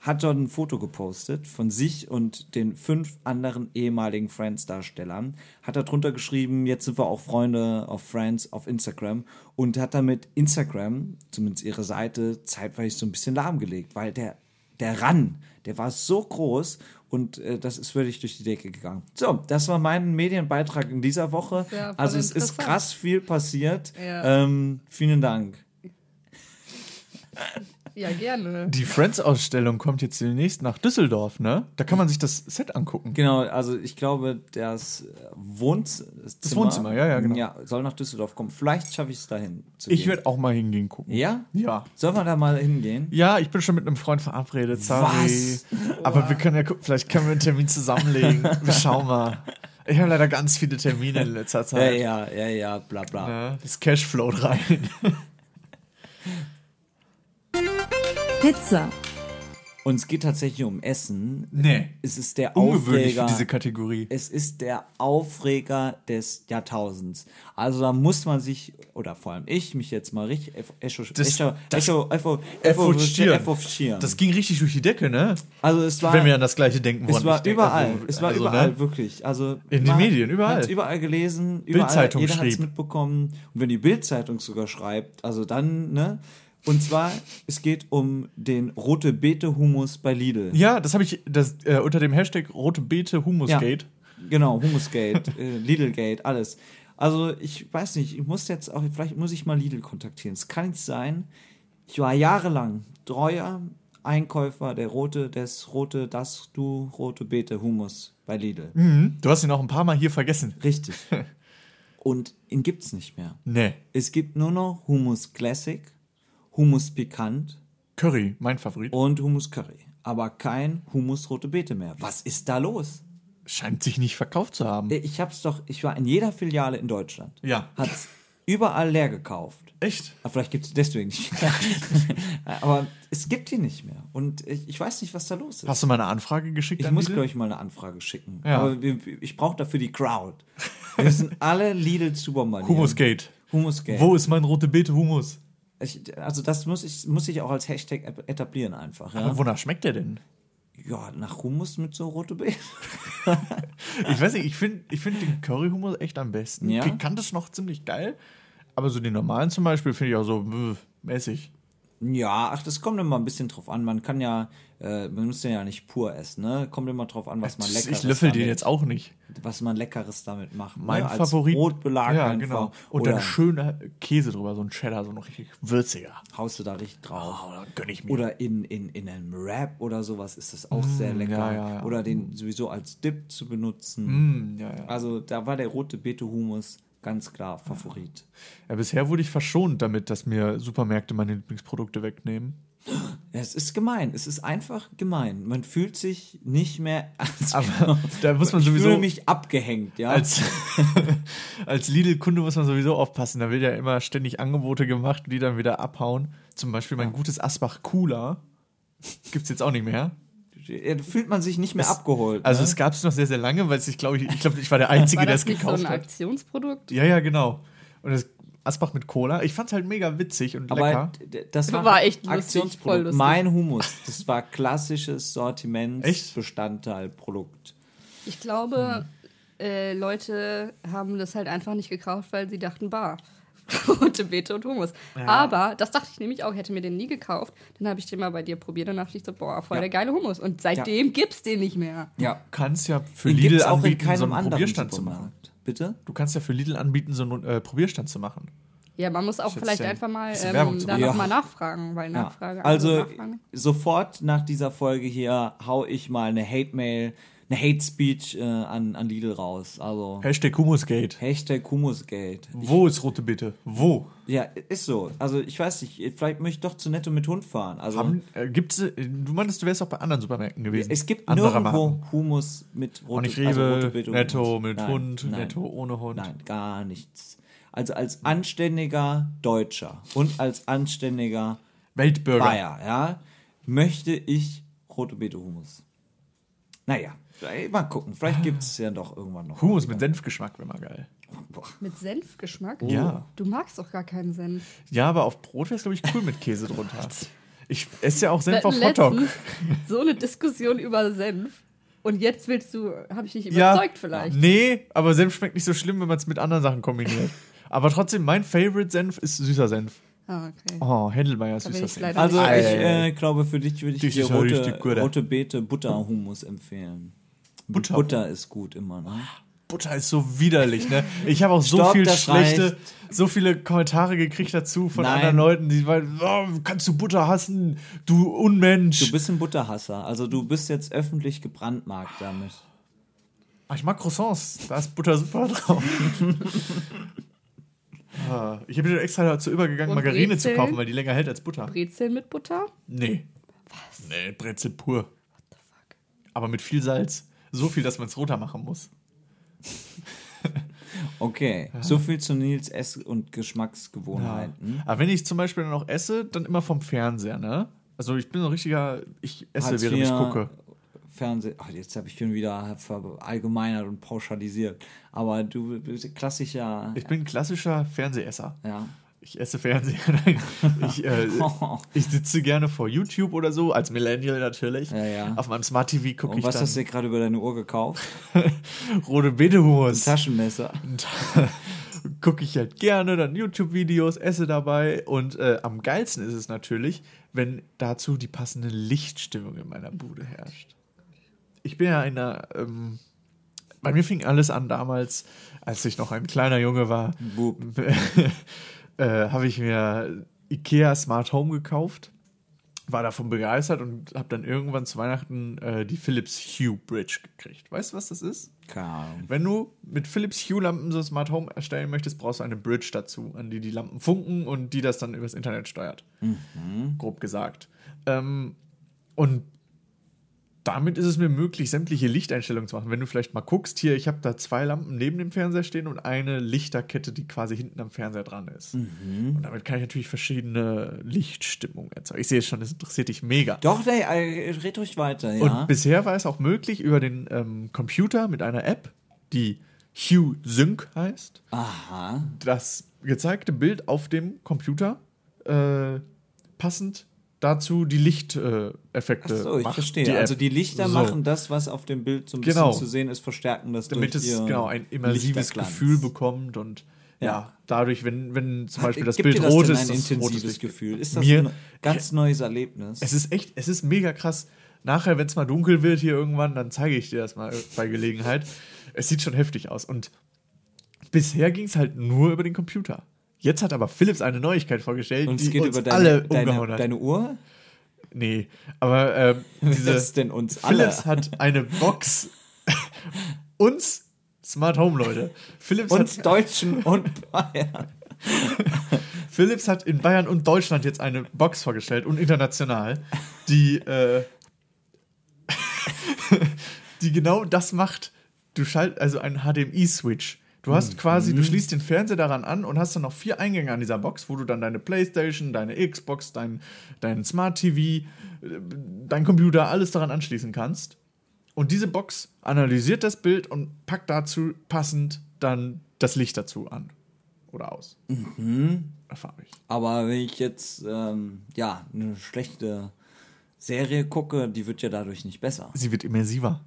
Speaker 1: Hat dort ein Foto gepostet von sich und den fünf anderen ehemaligen Friends-Darstellern. Hat darunter geschrieben, jetzt sind wir auch Freunde auf Friends auf Instagram. Und hat damit Instagram, zumindest ihre Seite, zeitweise so ein bisschen lahmgelegt, weil der, der Run, der war so groß und äh, das ist wirklich durch die Decke gegangen. So, das war mein Medienbeitrag in dieser Woche.
Speaker 4: Ja, voll
Speaker 1: also es ist
Speaker 4: interessant.
Speaker 1: krass viel passiert.
Speaker 4: Ja.
Speaker 1: Ähm, vielen Dank.
Speaker 4: Ja, gerne.
Speaker 2: Die Friends-Ausstellung kommt jetzt demnächst nach Düsseldorf, ne? Da kann man sich das Set angucken.
Speaker 1: Genau, also ich glaube, das Wohnzimmer, das
Speaker 2: Wohnzimmer, ja, ja, genau.
Speaker 1: soll nach Düsseldorf kommen. Vielleicht schaffe ich es dahin. Zu
Speaker 2: Ich
Speaker 1: gehen.
Speaker 2: werde auch mal hingehen gucken.
Speaker 1: Ja?
Speaker 2: Ja.
Speaker 1: Sollen wir da mal hingehen?
Speaker 2: Ja, ich bin schon mit einem Freund verabredet, sorry.
Speaker 1: Was?
Speaker 2: Aber wir können ja gucken, vielleicht können wir einen
Speaker 1: (laughs)
Speaker 2: Termin zusammenlegen. Wir schauen mal. Ich habe leider ganz viele Termine in letzter
Speaker 1: Ja,
Speaker 2: Zeit.
Speaker 1: ja, ja, ja, bla bla.
Speaker 2: Ne? Das
Speaker 1: (laughs)
Speaker 2: Cashflow rein.
Speaker 3: Pizza.
Speaker 1: Und es geht tatsächlich um Essen.
Speaker 2: Nee.
Speaker 1: Es ist der
Speaker 2: Ungewöhnlich für
Speaker 1: Aufreger.
Speaker 2: diese Kategorie.
Speaker 1: es ist der Aufreger des Jahrtausends. Also da muss man sich, oder vor allem ich, mich jetzt mal richtig eff- echo-
Speaker 2: Das-
Speaker 1: echo-
Speaker 2: das-
Speaker 1: echo- echo-
Speaker 2: Effortieren.
Speaker 1: effortieren.
Speaker 2: Das ging richtig durch die Decke, ne?
Speaker 1: Also es war...
Speaker 2: Wenn wir an das gleiche denken wollen.
Speaker 1: Es war
Speaker 2: Ich denk,
Speaker 1: überall,
Speaker 2: also-
Speaker 1: es war
Speaker 2: also, ne?
Speaker 1: überall, wirklich. Also
Speaker 2: In den
Speaker 1: man
Speaker 2: Medien, überall.
Speaker 1: hat's überall gelesen, überall,
Speaker 2: Bild-Zeitung
Speaker 1: jeder hat es
Speaker 2: schrieb.
Speaker 1: mitbekommen. Und wenn die Bild-Zeitung sogar schreibt, also dann, ne? Und zwar, es geht um den Rote-Bete-Humus bei Lidl.
Speaker 2: Ja, das habe ich das, äh, unter dem Hashtag Rote Beete Humusgate.
Speaker 1: Genau, Humusgate, äh, Lidlgate, alles. Also ich weiß nicht, ich muss jetzt auch, vielleicht muss ich mal Lidl kontaktieren. Es kann nicht sein. Ich war jahrelang treuer Einkäufer der Rote, des Rote, das, du, Rote Bete Humus bei Lidl.
Speaker 2: Mhm. Du hast ihn auch ein paar Mal hier vergessen.
Speaker 1: Richtig.
Speaker 2: (laughs)
Speaker 1: Und ihn gibt's nicht mehr.
Speaker 2: Nee.
Speaker 1: Es gibt nur noch Hummus Classic, Hummus Pikant
Speaker 2: Curry, mein Favorit.
Speaker 1: und Hummus Curry. Aber kein Hummus Rote Beete mehr. Was ist da los? Äh,
Speaker 2: Scheint sich nicht verkauft zu haben.
Speaker 1: Ich hab's doch, ich war in jeder Filiale in Deutschland.
Speaker 2: Ja.
Speaker 1: Hat's überall leer gekauft.
Speaker 2: Echt?
Speaker 1: Aber vielleicht gibt's deswegen nicht
Speaker 2: (laughs)
Speaker 1: mehr. Aber es gibt die nicht mehr. Und ich, ich weiß nicht, was da los ist.
Speaker 2: Hast du mal eine Anfrage geschickt?
Speaker 1: Ich
Speaker 2: an
Speaker 1: muss,
Speaker 2: Lidl?
Speaker 1: glaube ich, mal eine Anfrage schicken.
Speaker 2: Ja.
Speaker 1: Aber wir, ich brauche dafür die Crowd. Wir müssen alle Lidl supermanieren.
Speaker 2: Humusgate.
Speaker 1: Humusgate.
Speaker 2: Wo ist mein rote Beete Humus?
Speaker 1: Ich, also das muss ich, muss ich auch als Hashtag et- etablieren einfach. Ja,
Speaker 2: Wonach schmeckt der denn?
Speaker 1: ja nach Hummus mit so rote Beete. (laughs)
Speaker 2: Ich weiß nicht, ich finde ich find den Curry Humus echt am besten.
Speaker 1: Ja?
Speaker 2: Pikant ist noch ziemlich geil. Aber so den normalen zum Beispiel finde ich auch so bäh, mäßig.
Speaker 1: Ja, ach, das kommt immer ein bisschen drauf an. Man kann ja, äh, man muss den ja nicht pur essen, ne? Kommt immer drauf an, was man leckeres
Speaker 2: ich löffel
Speaker 1: damit,
Speaker 2: den jetzt auch nicht.
Speaker 1: was man leckeres damit macht.
Speaker 2: Mein
Speaker 1: ne? Als
Speaker 2: Favorit.
Speaker 1: Brotbelag
Speaker 2: ja,
Speaker 1: einfach.
Speaker 2: genau. Und
Speaker 1: Oder
Speaker 2: dann schöner Käse drüber, so ein Cheddar, so ein richtig würziger.
Speaker 1: haust du da richtig drauf.
Speaker 2: Oh, da gönn ich mir.
Speaker 1: Oder in, in, in einem Wrap oder sowas ist das auch sehr lecker.
Speaker 2: Mm, ja, ja, ja.
Speaker 1: Oder den sowieso als Dip zu benutzen.
Speaker 2: Mm, ja, ja.
Speaker 1: Also da war der rote Bete-Humus ganz klar Favorit.
Speaker 2: ja, bisher wurde ich verschont damit, dass mir Supermärkte meine Lieblingsprodukte wegnehmen.
Speaker 1: Es ist gemein. Es ist einfach gemein. Man fühlt sich nicht mehr (laughs) ernst
Speaker 2: Aber da muss man
Speaker 1: ich
Speaker 2: sowieso
Speaker 1: fühle mich abgehängt, ja.
Speaker 2: als, (laughs) als Lidl-Kunde muss man sowieso aufpassen. Da wird ja immer ständig Angebote gemacht, die dann wieder abhauen. Zum Beispiel mein gutes Asbach Cooler gibt es jetzt auch nicht mehr.
Speaker 1: ja, da fühlt man sich nicht mehr abgeholt.
Speaker 2: Also
Speaker 1: ne?
Speaker 2: es gab es noch sehr, sehr lange, weil es ich glaube, ich, ich, glaub, ich war der Einzige,
Speaker 4: War
Speaker 2: der
Speaker 4: das
Speaker 2: es
Speaker 4: nicht so
Speaker 2: gekauft
Speaker 4: ein
Speaker 2: hat.
Speaker 4: Aktionsprodukt?
Speaker 2: Ja, ja, genau. Und das Asbach mit Cola. Ich fand's halt mega witzig und lecker.
Speaker 1: aber d- das war,
Speaker 4: War echt lustig,
Speaker 1: Aktionsprodukt.
Speaker 4: voll lustig.
Speaker 1: Mein Humus, das war klassisches Sortimentsbestandteilprodukt.
Speaker 4: Ich glaube, äh, Leute haben das halt einfach nicht gekauft, weil sie dachten, (laughs) bar. Rote Beete und Hummus. Aber das dachte ich nämlich auch, hätte mir den nie gekauft. Dann habe ich den mal bei dir probiert und dachte ich so, boah, voll
Speaker 1: Ja.
Speaker 4: der geile Hummus. Und seitdem gibt's den nicht mehr.
Speaker 1: Ja.
Speaker 2: kannst ja für
Speaker 1: Den
Speaker 2: Lidl
Speaker 1: gibt's auch in
Speaker 2: anbieten, so
Speaker 1: keinem
Speaker 2: einen
Speaker 1: anderen
Speaker 2: Probierstand zu machen.
Speaker 1: Supermarkt. Bitte?
Speaker 2: Du kannst ja für Lidl anbieten, so einen äh, Probierstand zu machen.
Speaker 4: Ja, man muss auch
Speaker 2: Schätz
Speaker 4: vielleicht
Speaker 2: denn.
Speaker 4: einfach mal
Speaker 2: Bisschen Werbung
Speaker 4: ähm,
Speaker 2: zu
Speaker 4: da
Speaker 1: machen. Ja.
Speaker 4: nochmal nachfragen, weil
Speaker 1: Ja.
Speaker 4: Nachfrage.
Speaker 1: Also
Speaker 4: Nachfrage.
Speaker 1: sofort nach dieser Folge hier hau ich mal eine Hate-Mail, eine Hate-Speech äh, an, an Lidl raus. Also
Speaker 2: Hashtag Humusgate.
Speaker 1: Hashtag Humusgeld.
Speaker 2: Wo ist Rote Bitte? Wo?
Speaker 1: Ja, ist so. Also ich weiß nicht, vielleicht möchte ich doch zu netto mit Hund fahren. Also
Speaker 2: Haben, äh, gibt's, äh, du meintest, du wärst auch bei anderen Supermärkten gewesen.
Speaker 1: es gibt
Speaker 2: Anderer
Speaker 1: nirgendwo
Speaker 2: Marken.
Speaker 1: Humus mit
Speaker 2: Auch nicht
Speaker 1: rote, also
Speaker 2: Rewe,
Speaker 1: rote Beete und
Speaker 2: Netto
Speaker 1: Humus.
Speaker 2: mit
Speaker 1: Nein,
Speaker 2: Hund,
Speaker 1: nein,
Speaker 2: Netto ohne Hund.
Speaker 1: Nein, gar nichts. Also als anständiger Deutscher und als anständiger
Speaker 2: Weltbürger.
Speaker 1: Bayer, ja, möchte ich rote Beete Humus. Naja, ey, mal gucken. Vielleicht gibt es ja doch irgendwann noch.
Speaker 2: Humus mit Senfgeschmack wäre mal geil.
Speaker 1: Boah.
Speaker 4: Mit Senfgeschmack?
Speaker 2: Ja.
Speaker 4: Du magst doch gar keinen Senf.
Speaker 2: Ja, aber auf Brot wäre es, glaube ich, cool mit Käse drunter. Ich esse ja auch
Speaker 4: Wir
Speaker 2: Senf auf
Speaker 4: hatten
Speaker 2: Hotdog.
Speaker 4: letztens so eine Diskussion über Senf. Und jetzt willst du, habe ich dich
Speaker 2: Ja,
Speaker 4: überzeugt vielleicht.
Speaker 2: Nee, aber Senf schmeckt nicht so schlimm, wenn man es mit anderen Sachen
Speaker 4: (laughs)
Speaker 2: kombiniert. aber trotzdem, mein Favorite Senf ist süßer Senf.
Speaker 4: Ah, okay.
Speaker 2: Oh, Händelmeier
Speaker 4: bin
Speaker 2: süßer
Speaker 4: ich
Speaker 2: Senf. Ah,
Speaker 4: leider-
Speaker 1: Also
Speaker 2: Ei,
Speaker 1: ich
Speaker 2: ei, ei.
Speaker 1: äh, glaube, für dich würde ich
Speaker 2: Das
Speaker 1: dir
Speaker 2: ist ja
Speaker 1: rote,
Speaker 2: richtig gut, ey.
Speaker 1: rote Beete Butterhumus empfehlen.
Speaker 2: Butter- Ah,
Speaker 1: Butter. Butter ist gut immer, ne?
Speaker 2: Butter ist so widerlich, ne? Ich habe auch so
Speaker 1: Stopp,
Speaker 2: viel
Speaker 1: das
Speaker 2: schlechte, so viele Kommentare gekriegt dazu von
Speaker 1: Nein.
Speaker 2: anderen Leuten, die waren, oh, kannst du Butter hassen, du Unmensch.
Speaker 1: Du bist ein Butterhasser. Also du bist jetzt öffentlich gebrandmarkt damit.
Speaker 2: Ah, ich mag Croissants, da ist Butter super
Speaker 1: (laughs)
Speaker 2: drauf. Ah, ich bin extra dazu übergegangen,
Speaker 4: Und
Speaker 2: Margarine zu
Speaker 4: Brezeln?
Speaker 2: kaufen, weil die länger hält als Butter.
Speaker 4: Brezeln mit Butter?
Speaker 2: Nee. Was? Nee, Brezel pur. What the fuck? Aber mit viel Salz. So viel, dass man es roter machen muss.
Speaker 1: Okay, so viel zu Nils Ess- und Geschmacksgewohnheiten.
Speaker 2: Aber wenn ich zum Beispiel dann noch esse, dann immer vom Fernseher, ne? Also ich bin so ein richtiger, ich esse,
Speaker 1: Hartz
Speaker 2: während ich
Speaker 1: IV,
Speaker 2: gucke.
Speaker 1: Fernseh. Ach, jetzt habe ich schon wieder verallgemeinert und pauschalisiert. Aber du bist klassischer.
Speaker 2: Ich bin ein klassischer Fernsehesser.
Speaker 1: Ja.
Speaker 2: Ich esse Fernseher. (laughs) Nein,
Speaker 1: (laughs)
Speaker 2: ich, äh, ich sitze gerne vor YouTube oder so, als Millennial natürlich.
Speaker 1: Ja, ja.
Speaker 2: Auf meinem Smart TV gucke
Speaker 1: Und
Speaker 2: ich
Speaker 1: was hast du
Speaker 2: dann
Speaker 1: dir gerade über deine Uhr gekauft?
Speaker 2: rote Betehumus. (laughs)
Speaker 1: Taschenmesser.
Speaker 2: gucke ich halt gerne dann YouTube-Videos, esse dabei und äh, am geilsten ist es natürlich, wenn dazu die passende Lichtstimmung in meiner Bude herrscht. Ich bin ja in einer, ähm, bei mir fing alles an damals, als ich noch ein kleiner Junge war, (laughs)
Speaker 1: Bub.
Speaker 2: äh, habe ich mir Ikea Smart Home gekauft, war davon begeistert und habe dann irgendwann zu Weihnachten äh, die Philips Hue Bridge gekriegt. Weißt du, was das ist?
Speaker 1: Keine Ahnung.
Speaker 2: Wenn du mit Philips Hue Lampen so ein Smart Home erstellen möchtest, brauchst du eine Bridge dazu, an die die Lampen funken und die das dann übers Internet steuert. Grob gesagt. Ähm, und damit ist es mir möglich, sämtliche Lichteinstellungen zu machen. Wenn du vielleicht mal guckst, hier, ich habe da zwei Lampen neben dem Fernseher stehen und eine Lichterkette, die quasi hinten am Fernseher dran ist. Und damit kann ich natürlich verschiedene Lichtstimmungen erzeugen. Ich sehe schon, das interessiert dich mega.
Speaker 1: Doch, nee, äh, red ruhig weiter, ja.
Speaker 2: Und bisher war es auch möglich, über den ähm, Computer mit einer App, die Hue Sync heißt,
Speaker 1: Aha.
Speaker 2: das gezeigte Bild auf dem Computer äh, passend dazu die Lichteffekte. Äh, Effekte
Speaker 1: So, ich
Speaker 2: macht
Speaker 1: verstehe.
Speaker 2: die App.
Speaker 1: also die Lichter
Speaker 2: So.
Speaker 1: machen das, was auf dem Bild so ein bisschen
Speaker 2: Genau.
Speaker 1: zu sehen ist, verstärken das
Speaker 2: damit
Speaker 1: durch
Speaker 2: es
Speaker 1: ihren
Speaker 2: genau ein immersives
Speaker 1: Lichterglanz.
Speaker 2: Gefühl bekommt und ja,
Speaker 1: Ja.
Speaker 2: dadurch, wenn, wenn zum Beispiel das
Speaker 1: Gibt
Speaker 2: Bild
Speaker 1: dir das
Speaker 2: rot
Speaker 1: denn
Speaker 2: ist,
Speaker 1: ein
Speaker 2: ist rotes
Speaker 1: intensives
Speaker 2: Licht.
Speaker 1: Gefühl. Ist das
Speaker 2: Mir-
Speaker 1: ein ganz neues Erlebnis?
Speaker 2: Es ist echt, es ist mega krass. Nachher, wenn es mal dunkel wird hier irgendwann, dann zeige ich dir das mal bei Gelegenheit. Es sieht schon heftig aus. Und bisher ging es halt nur über den Computer. Jetzt hat aber Philips eine Neuigkeit vorgestellt,
Speaker 1: Und
Speaker 2: die
Speaker 1: es geht
Speaker 2: uns
Speaker 1: über deine,
Speaker 2: alle umgehauen
Speaker 1: deine,
Speaker 2: hat.
Speaker 1: deine Uhr?
Speaker 2: nee, aber ähm, (laughs)
Speaker 1: (laughs)
Speaker 2: diese
Speaker 1: das ist denn uns alle? (laughs)
Speaker 2: Philips hat eine Box. uns Smart Home Leute. Philips
Speaker 1: Uns
Speaker 2: hat
Speaker 1: Deutschen und Bayern.
Speaker 2: Philips hat in Bayern und Deutschland jetzt eine Box vorgestellt und international, die, äh, (laughs) die genau das macht. Du schalt also einen HDMI-Switch. Du hast quasi, du schließt den Fernseher daran an und hast dann noch vier Eingänge an dieser Box, wo du dann deine Playstation, deine Xbox, dein, dein Smart TV, äh, dein Computer, alles daran anschließen kannst. Und diese Box analysiert das Bild und packt dazu passend dann das Licht dazu an. Oder aus. Mhm. Erfahre ich.
Speaker 1: Aber wenn ich jetzt ähm, ja eine schlechte Serie gucke, die wird ja dadurch nicht besser.
Speaker 2: Sie wird immersiver.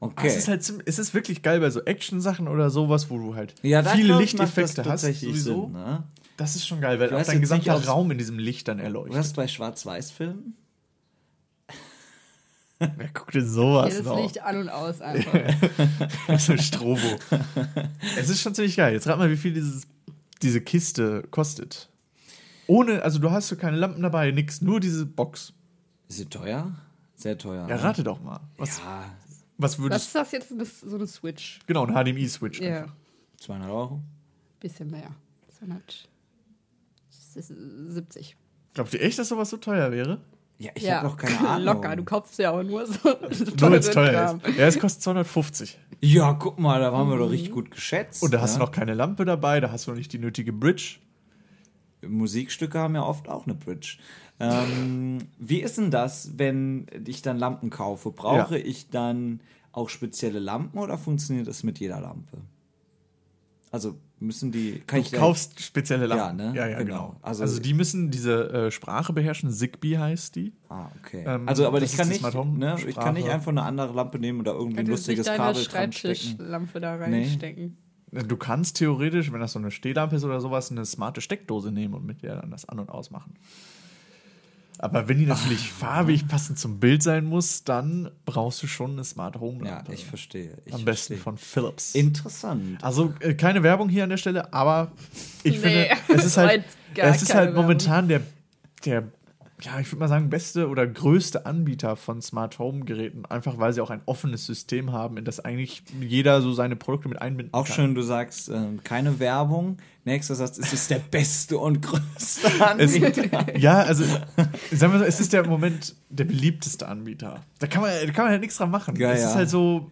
Speaker 1: Okay.
Speaker 2: Es ist halt ziem- es ist wirklich geil bei so Action-Sachen oder sowas, wo du halt
Speaker 1: ja, da
Speaker 2: viele
Speaker 1: glaub ich, macht das
Speaker 2: Lichteffekte hast.
Speaker 1: tatsächlich
Speaker 2: Sowieso.
Speaker 1: Sinn, ne?
Speaker 2: Das ist schon geil, weil
Speaker 1: Ich
Speaker 2: auch
Speaker 1: weiß
Speaker 2: dein
Speaker 1: jetzt nicht,
Speaker 2: gesamter
Speaker 1: ob's-
Speaker 2: Raum in diesem Licht dann
Speaker 1: Du
Speaker 2: erleuchtet.
Speaker 1: hast bei Schwarz-Weiß-Filmen?
Speaker 2: Wer guckt denn
Speaker 4: Ja,
Speaker 2: sowas
Speaker 4: das
Speaker 2: noch?
Speaker 4: Licht an
Speaker 1: (laughs)
Speaker 4: und aus einfach.
Speaker 2: so ein Strobo. es ist schon ziemlich geil. Jetzt rat mal, wie viel dieses diese Kiste kostet. Ohne, also du hast so keine Lampen dabei, nix, nur diese Box.
Speaker 1: Ist sie teuer? Sehr teuer.
Speaker 2: Ja,
Speaker 1: ne?
Speaker 2: rate doch mal. Was,
Speaker 1: ja
Speaker 2: was
Speaker 4: Was
Speaker 2: würdest
Speaker 4: ist das jetzt? Das- So eine Switch.
Speaker 2: Genau, ein HDMI-Switch.
Speaker 4: Ja,
Speaker 1: 200 Euro.
Speaker 4: bisschen mehr. 270.
Speaker 2: Glaubt ihr echt, dass sowas so teuer wäre?
Speaker 1: Ja, ich
Speaker 4: ja.
Speaker 1: habe noch keine Ahnung.
Speaker 4: (laughs) Locker, du kaufst ja auch
Speaker 1: (laughs)
Speaker 4: nur so. so
Speaker 2: Nur wenn es
Speaker 4: teuren
Speaker 2: teuer
Speaker 4: Kram.
Speaker 2: ist. Ja, es kostet 250.
Speaker 1: Ja, guck mal, da waren wir doch
Speaker 4: Mhm.
Speaker 1: richtig gut geschätzt.
Speaker 2: Und Oh, da hast
Speaker 1: ne?
Speaker 2: du noch keine Lampe dabei, da hast du noch nicht die nötige Bridge.
Speaker 1: Musikstücke haben ja oft auch eine Bridge. Ähm, wie ist denn das, wenn ich dann Lampen kaufe? Brauche ich dann auch spezielle Lampen oder funktioniert das mit jeder Lampe? Also müssen die. Kann
Speaker 2: Du
Speaker 1: ich da-
Speaker 2: kaufst spezielle Lampen.
Speaker 1: Ja, ne?
Speaker 2: ja, ja genau.
Speaker 1: Genau.
Speaker 2: Also,
Speaker 1: Also-
Speaker 2: die müssen diese äh, Sprache beherrschen. Zigbee heißt die.
Speaker 1: Ah, okay.
Speaker 2: Ähm,
Speaker 1: also, aber
Speaker 2: das
Speaker 1: ich
Speaker 2: ist
Speaker 1: kann,
Speaker 2: die
Speaker 1: nicht,
Speaker 2: Smart Home
Speaker 1: ne, ich kann nicht
Speaker 2: Sprache.
Speaker 1: einfach eine andere Lampe nehmen oder irgendwie ein
Speaker 4: Könntest du nicht
Speaker 1: lustiges
Speaker 4: deine
Speaker 1: Kabel dran stecken.
Speaker 4: Schreibtischlampe da reinstecken?
Speaker 2: Du kannst theoretisch, wenn das so eine Stehlampe ist oder sowas, eine smarte Steckdose nehmen und mit der dann das an- und ausmachen. Aber wenn die natürlich farbig passend zum Bild sein muss, dann brauchst du schon eine Smart Home
Speaker 1: Ja,
Speaker 2: Lampe.
Speaker 1: ich verstehe. Ich
Speaker 2: also. Am besten
Speaker 1: verstehe.
Speaker 2: von Philips.
Speaker 1: Interessant.
Speaker 2: Also äh, keine Werbung hier an der Stelle, aber ich
Speaker 4: Nee,
Speaker 2: finde, es
Speaker 4: (laughs)
Speaker 2: ist halt,
Speaker 4: jetzt gar
Speaker 2: es ist
Speaker 4: keine
Speaker 2: halt momentan der, der, ja, ich würde mal sagen, beste oder größte Anbieter von Smart Home Geräten, einfach weil sie auch ein offenes System haben, in das eigentlich jeder so seine Produkte mit einbinden
Speaker 1: Auch
Speaker 2: kann.
Speaker 1: schön, du sagst ähm, keine Werbung. Nächster Satz, es ist der beste und
Speaker 2: (laughs)
Speaker 1: größte Anbieter.
Speaker 2: Ja, also sagen wir so, es ist der im Moment der beliebteste Anbieter. Da kann man, da kann man halt nichts dran machen.
Speaker 1: Ja,
Speaker 2: es ist
Speaker 1: ja.
Speaker 2: halt so,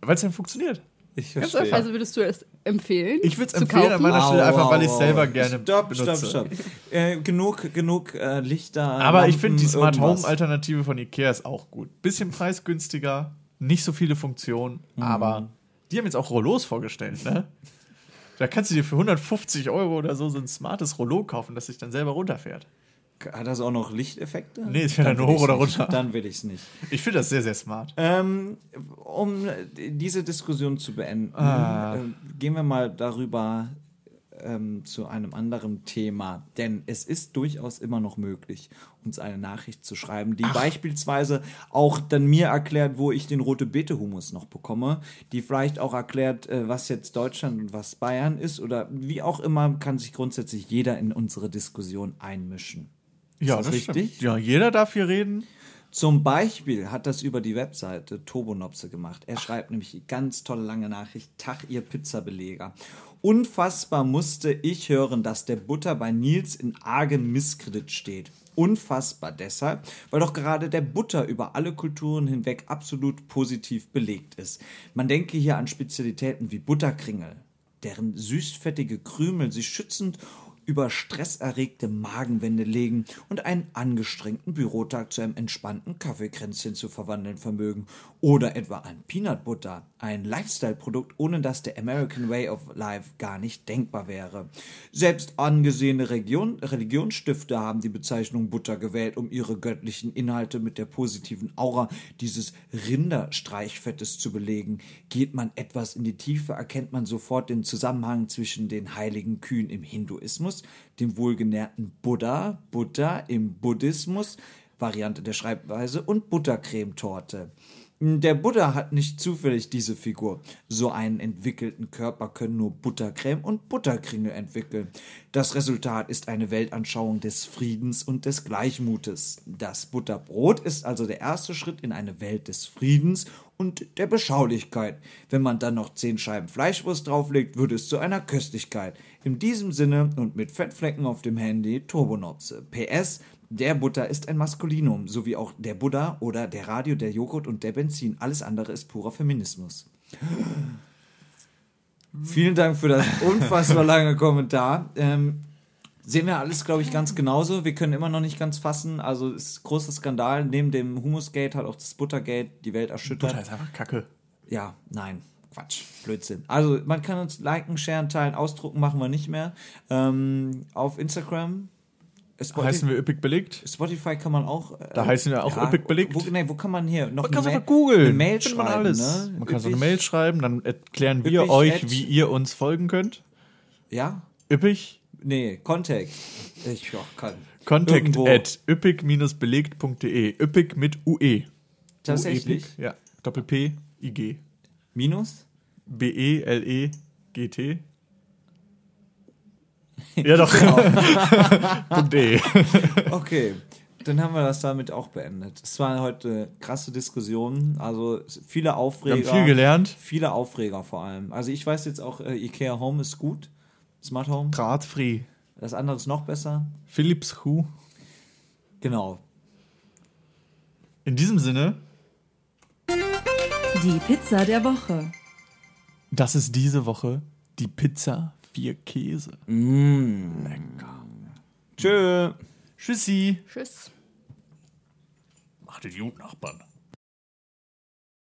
Speaker 2: weil es dann funktioniert.
Speaker 1: Ich
Speaker 4: Ganz
Speaker 1: verstehe.
Speaker 4: einfach, also würdest du es empfehlen?
Speaker 2: Ich würde es
Speaker 4: zu
Speaker 2: empfehlen an
Speaker 4: kaufen?
Speaker 2: meiner Stelle,
Speaker 1: Au,
Speaker 2: einfach
Speaker 1: au,
Speaker 2: weil ich
Speaker 1: au.
Speaker 2: selber gerne
Speaker 1: Stopp, stopp,
Speaker 2: benutze.
Speaker 1: stopp. Äh, genug, genug äh, Lichter.
Speaker 2: Aber ich finde die
Speaker 1: Lampen,
Speaker 2: Smart
Speaker 1: irgendwas.
Speaker 2: Home Alternative von Ikea ist auch gut. Bisschen preisgünstiger, nicht so viele Funktionen,
Speaker 1: Mhm.
Speaker 2: aber die haben jetzt auch Rollos vorgestellt, ne? Da kannst du dir für 150 Euro oder so so ein smartes Rollo kaufen, das sich dann selber runterfährt.
Speaker 1: Hat das auch noch Lichteffekte?
Speaker 2: Nee, es fährt dann
Speaker 1: will
Speaker 2: hoch oder
Speaker 1: ich's nicht.
Speaker 2: runter.
Speaker 1: Dann will ich es nicht.
Speaker 2: Ich finde das sehr, sehr smart.
Speaker 1: Ähm, um äh, diese Diskussion zu beenden,
Speaker 2: Ah.
Speaker 1: ähm, gehen wir mal darüber ähm, zu einem anderen Thema. Denn es ist durchaus immer noch möglich, uns eine Nachricht zu schreiben, die beispielsweise auch dann mir erklärt, wo ich den rote Bete-Humus noch bekomme, die vielleicht auch erklärt, äh, was jetzt Deutschland und was Bayern ist oder wie auch immer, kann sich grundsätzlich jeder in unsere Diskussion einmischen.
Speaker 2: Ja,
Speaker 1: das richtig?
Speaker 2: Stimmt. Ja, jeder darf hier reden.
Speaker 1: Zum Beispiel hat das über die Webseite Turbonopse gemacht. Er schreibt nämlich die ganz tolle lange Nachricht: Tag, ihr Pizzabeleger. Unfassbar musste ich hören, dass der Butter bei Nils in argem Misskredit steht. Unfassbar deshalb, weil doch gerade der Butter über alle Kulturen hinweg absolut positiv belegt ist. Man denke hier an Spezialitäten wie Butterkringel, deren süßfettige Krümel sie schützend über stresserregte Magenwände legen und einen angestrengten Bürotag zu einem entspannten Kaffeekränzchen zu verwandeln vermögen. Oder etwa an Peanut Butter, ein Lifestyle-Produkt, ohne das der American Way of Life gar nicht denkbar wäre. Selbst angesehene Region, Religionsstifte haben die Bezeichnung Butter gewählt, um ihre göttlichen Inhalte mit der positiven Aura dieses Rinderstreichfettes zu belegen. Geht man etwas in die Tiefe, erkennt man sofort den Zusammenhang zwischen den heiligen Kühen im Hinduismus, dem wohlgenährten Buddha, Buddha im Buddhismus, Variante der Schreibweise und Buttercremetorte. Der Buddha hat nicht zufällig diese Figur. So einen entwickelten Körper können nur Buttercreme und Butterkringel entwickeln. Das Resultat ist eine Weltanschauung des Friedens und des Gleichmutes. Das Butterbrot ist also der erste Schritt in eine Welt des Friedens und der Beschaulichkeit. Wenn man dann noch zehn Scheiben Fleischwurst drauflegt, wird es zu einer Köstlichkeit. In diesem Sinne und mit Fettflecken auf dem Handy Turbonopse. PS, der Butter ist ein Maskulinum, so wie auch der Buddha oder der Radio, der Joghurt und der Benzin. Alles andere ist purer Feminismus. Vielen Dank für das unfassbar lange Kommentar. Ähm, sehen wir alles, glaube ich, ganz genauso. Wir können immer noch nicht ganz fassen. Also ist großer Skandal. Neben dem Humusgate hat auch das Buttergate die Welt erschüttert.
Speaker 2: Butter ist einfach Kacke.
Speaker 1: Ja, nein. Quatsch, Blödsinn. Also, man kann uns liken, sharen, teilen, ausdrucken, machen wir nicht mehr. Ähm, auf Instagram. äh, Spotify,
Speaker 2: Heißen wir üppig belegt?
Speaker 1: Spotify kann man auch. äh,
Speaker 2: Da heißen wir auch üppig belegt.
Speaker 1: Wo, nee, wo kann man hier? Noch
Speaker 2: Man kann es
Speaker 1: eine
Speaker 2: einfach
Speaker 1: Mail-
Speaker 2: googeln.
Speaker 1: Eine Mail
Speaker 2: Findet
Speaker 1: schreiben.
Speaker 2: man alles.
Speaker 1: Ne?
Speaker 2: Man kann so eine
Speaker 1: Üppig-
Speaker 2: Mail schreiben, dann erklären wir
Speaker 1: üppig
Speaker 2: euch,
Speaker 1: at-
Speaker 2: wie ihr uns folgen könnt.
Speaker 1: Ja?
Speaker 2: Üppig.
Speaker 1: Nee, Contact. Ich auch kann.
Speaker 2: Contact
Speaker 1: Irgendwo.
Speaker 2: at E üppig-belegt.de. Üppig mit UE.
Speaker 1: Tatsächlich?
Speaker 2: UE, ja. Doppel E P, I, G.
Speaker 1: Minus? (laughs)
Speaker 2: B, E, L, E, G, T. Ja, doch.
Speaker 1: Genau.
Speaker 2: (laughs) Punkt E.
Speaker 1: Okay, dann haben wir das damit auch beendet. Es waren heute krasse Diskussionen, also viele Aufreger.
Speaker 2: viel gelernt.
Speaker 1: Viele Aufreger vor allem. Also ich weiß jetzt auch, äh, Ikea Home ist gut, Smart Home.
Speaker 2: Drahtfree.
Speaker 1: Das andere ist noch besser.
Speaker 2: Philips Hu.
Speaker 1: Genau.
Speaker 2: In diesem Sinne,
Speaker 3: Die Pizza der Woche.
Speaker 2: das ist diese Woche die Pizza vier Käse.
Speaker 1: Tschö.
Speaker 2: Tschüssi.
Speaker 4: Tschüss.
Speaker 2: Macht Idiot, Nachbarn.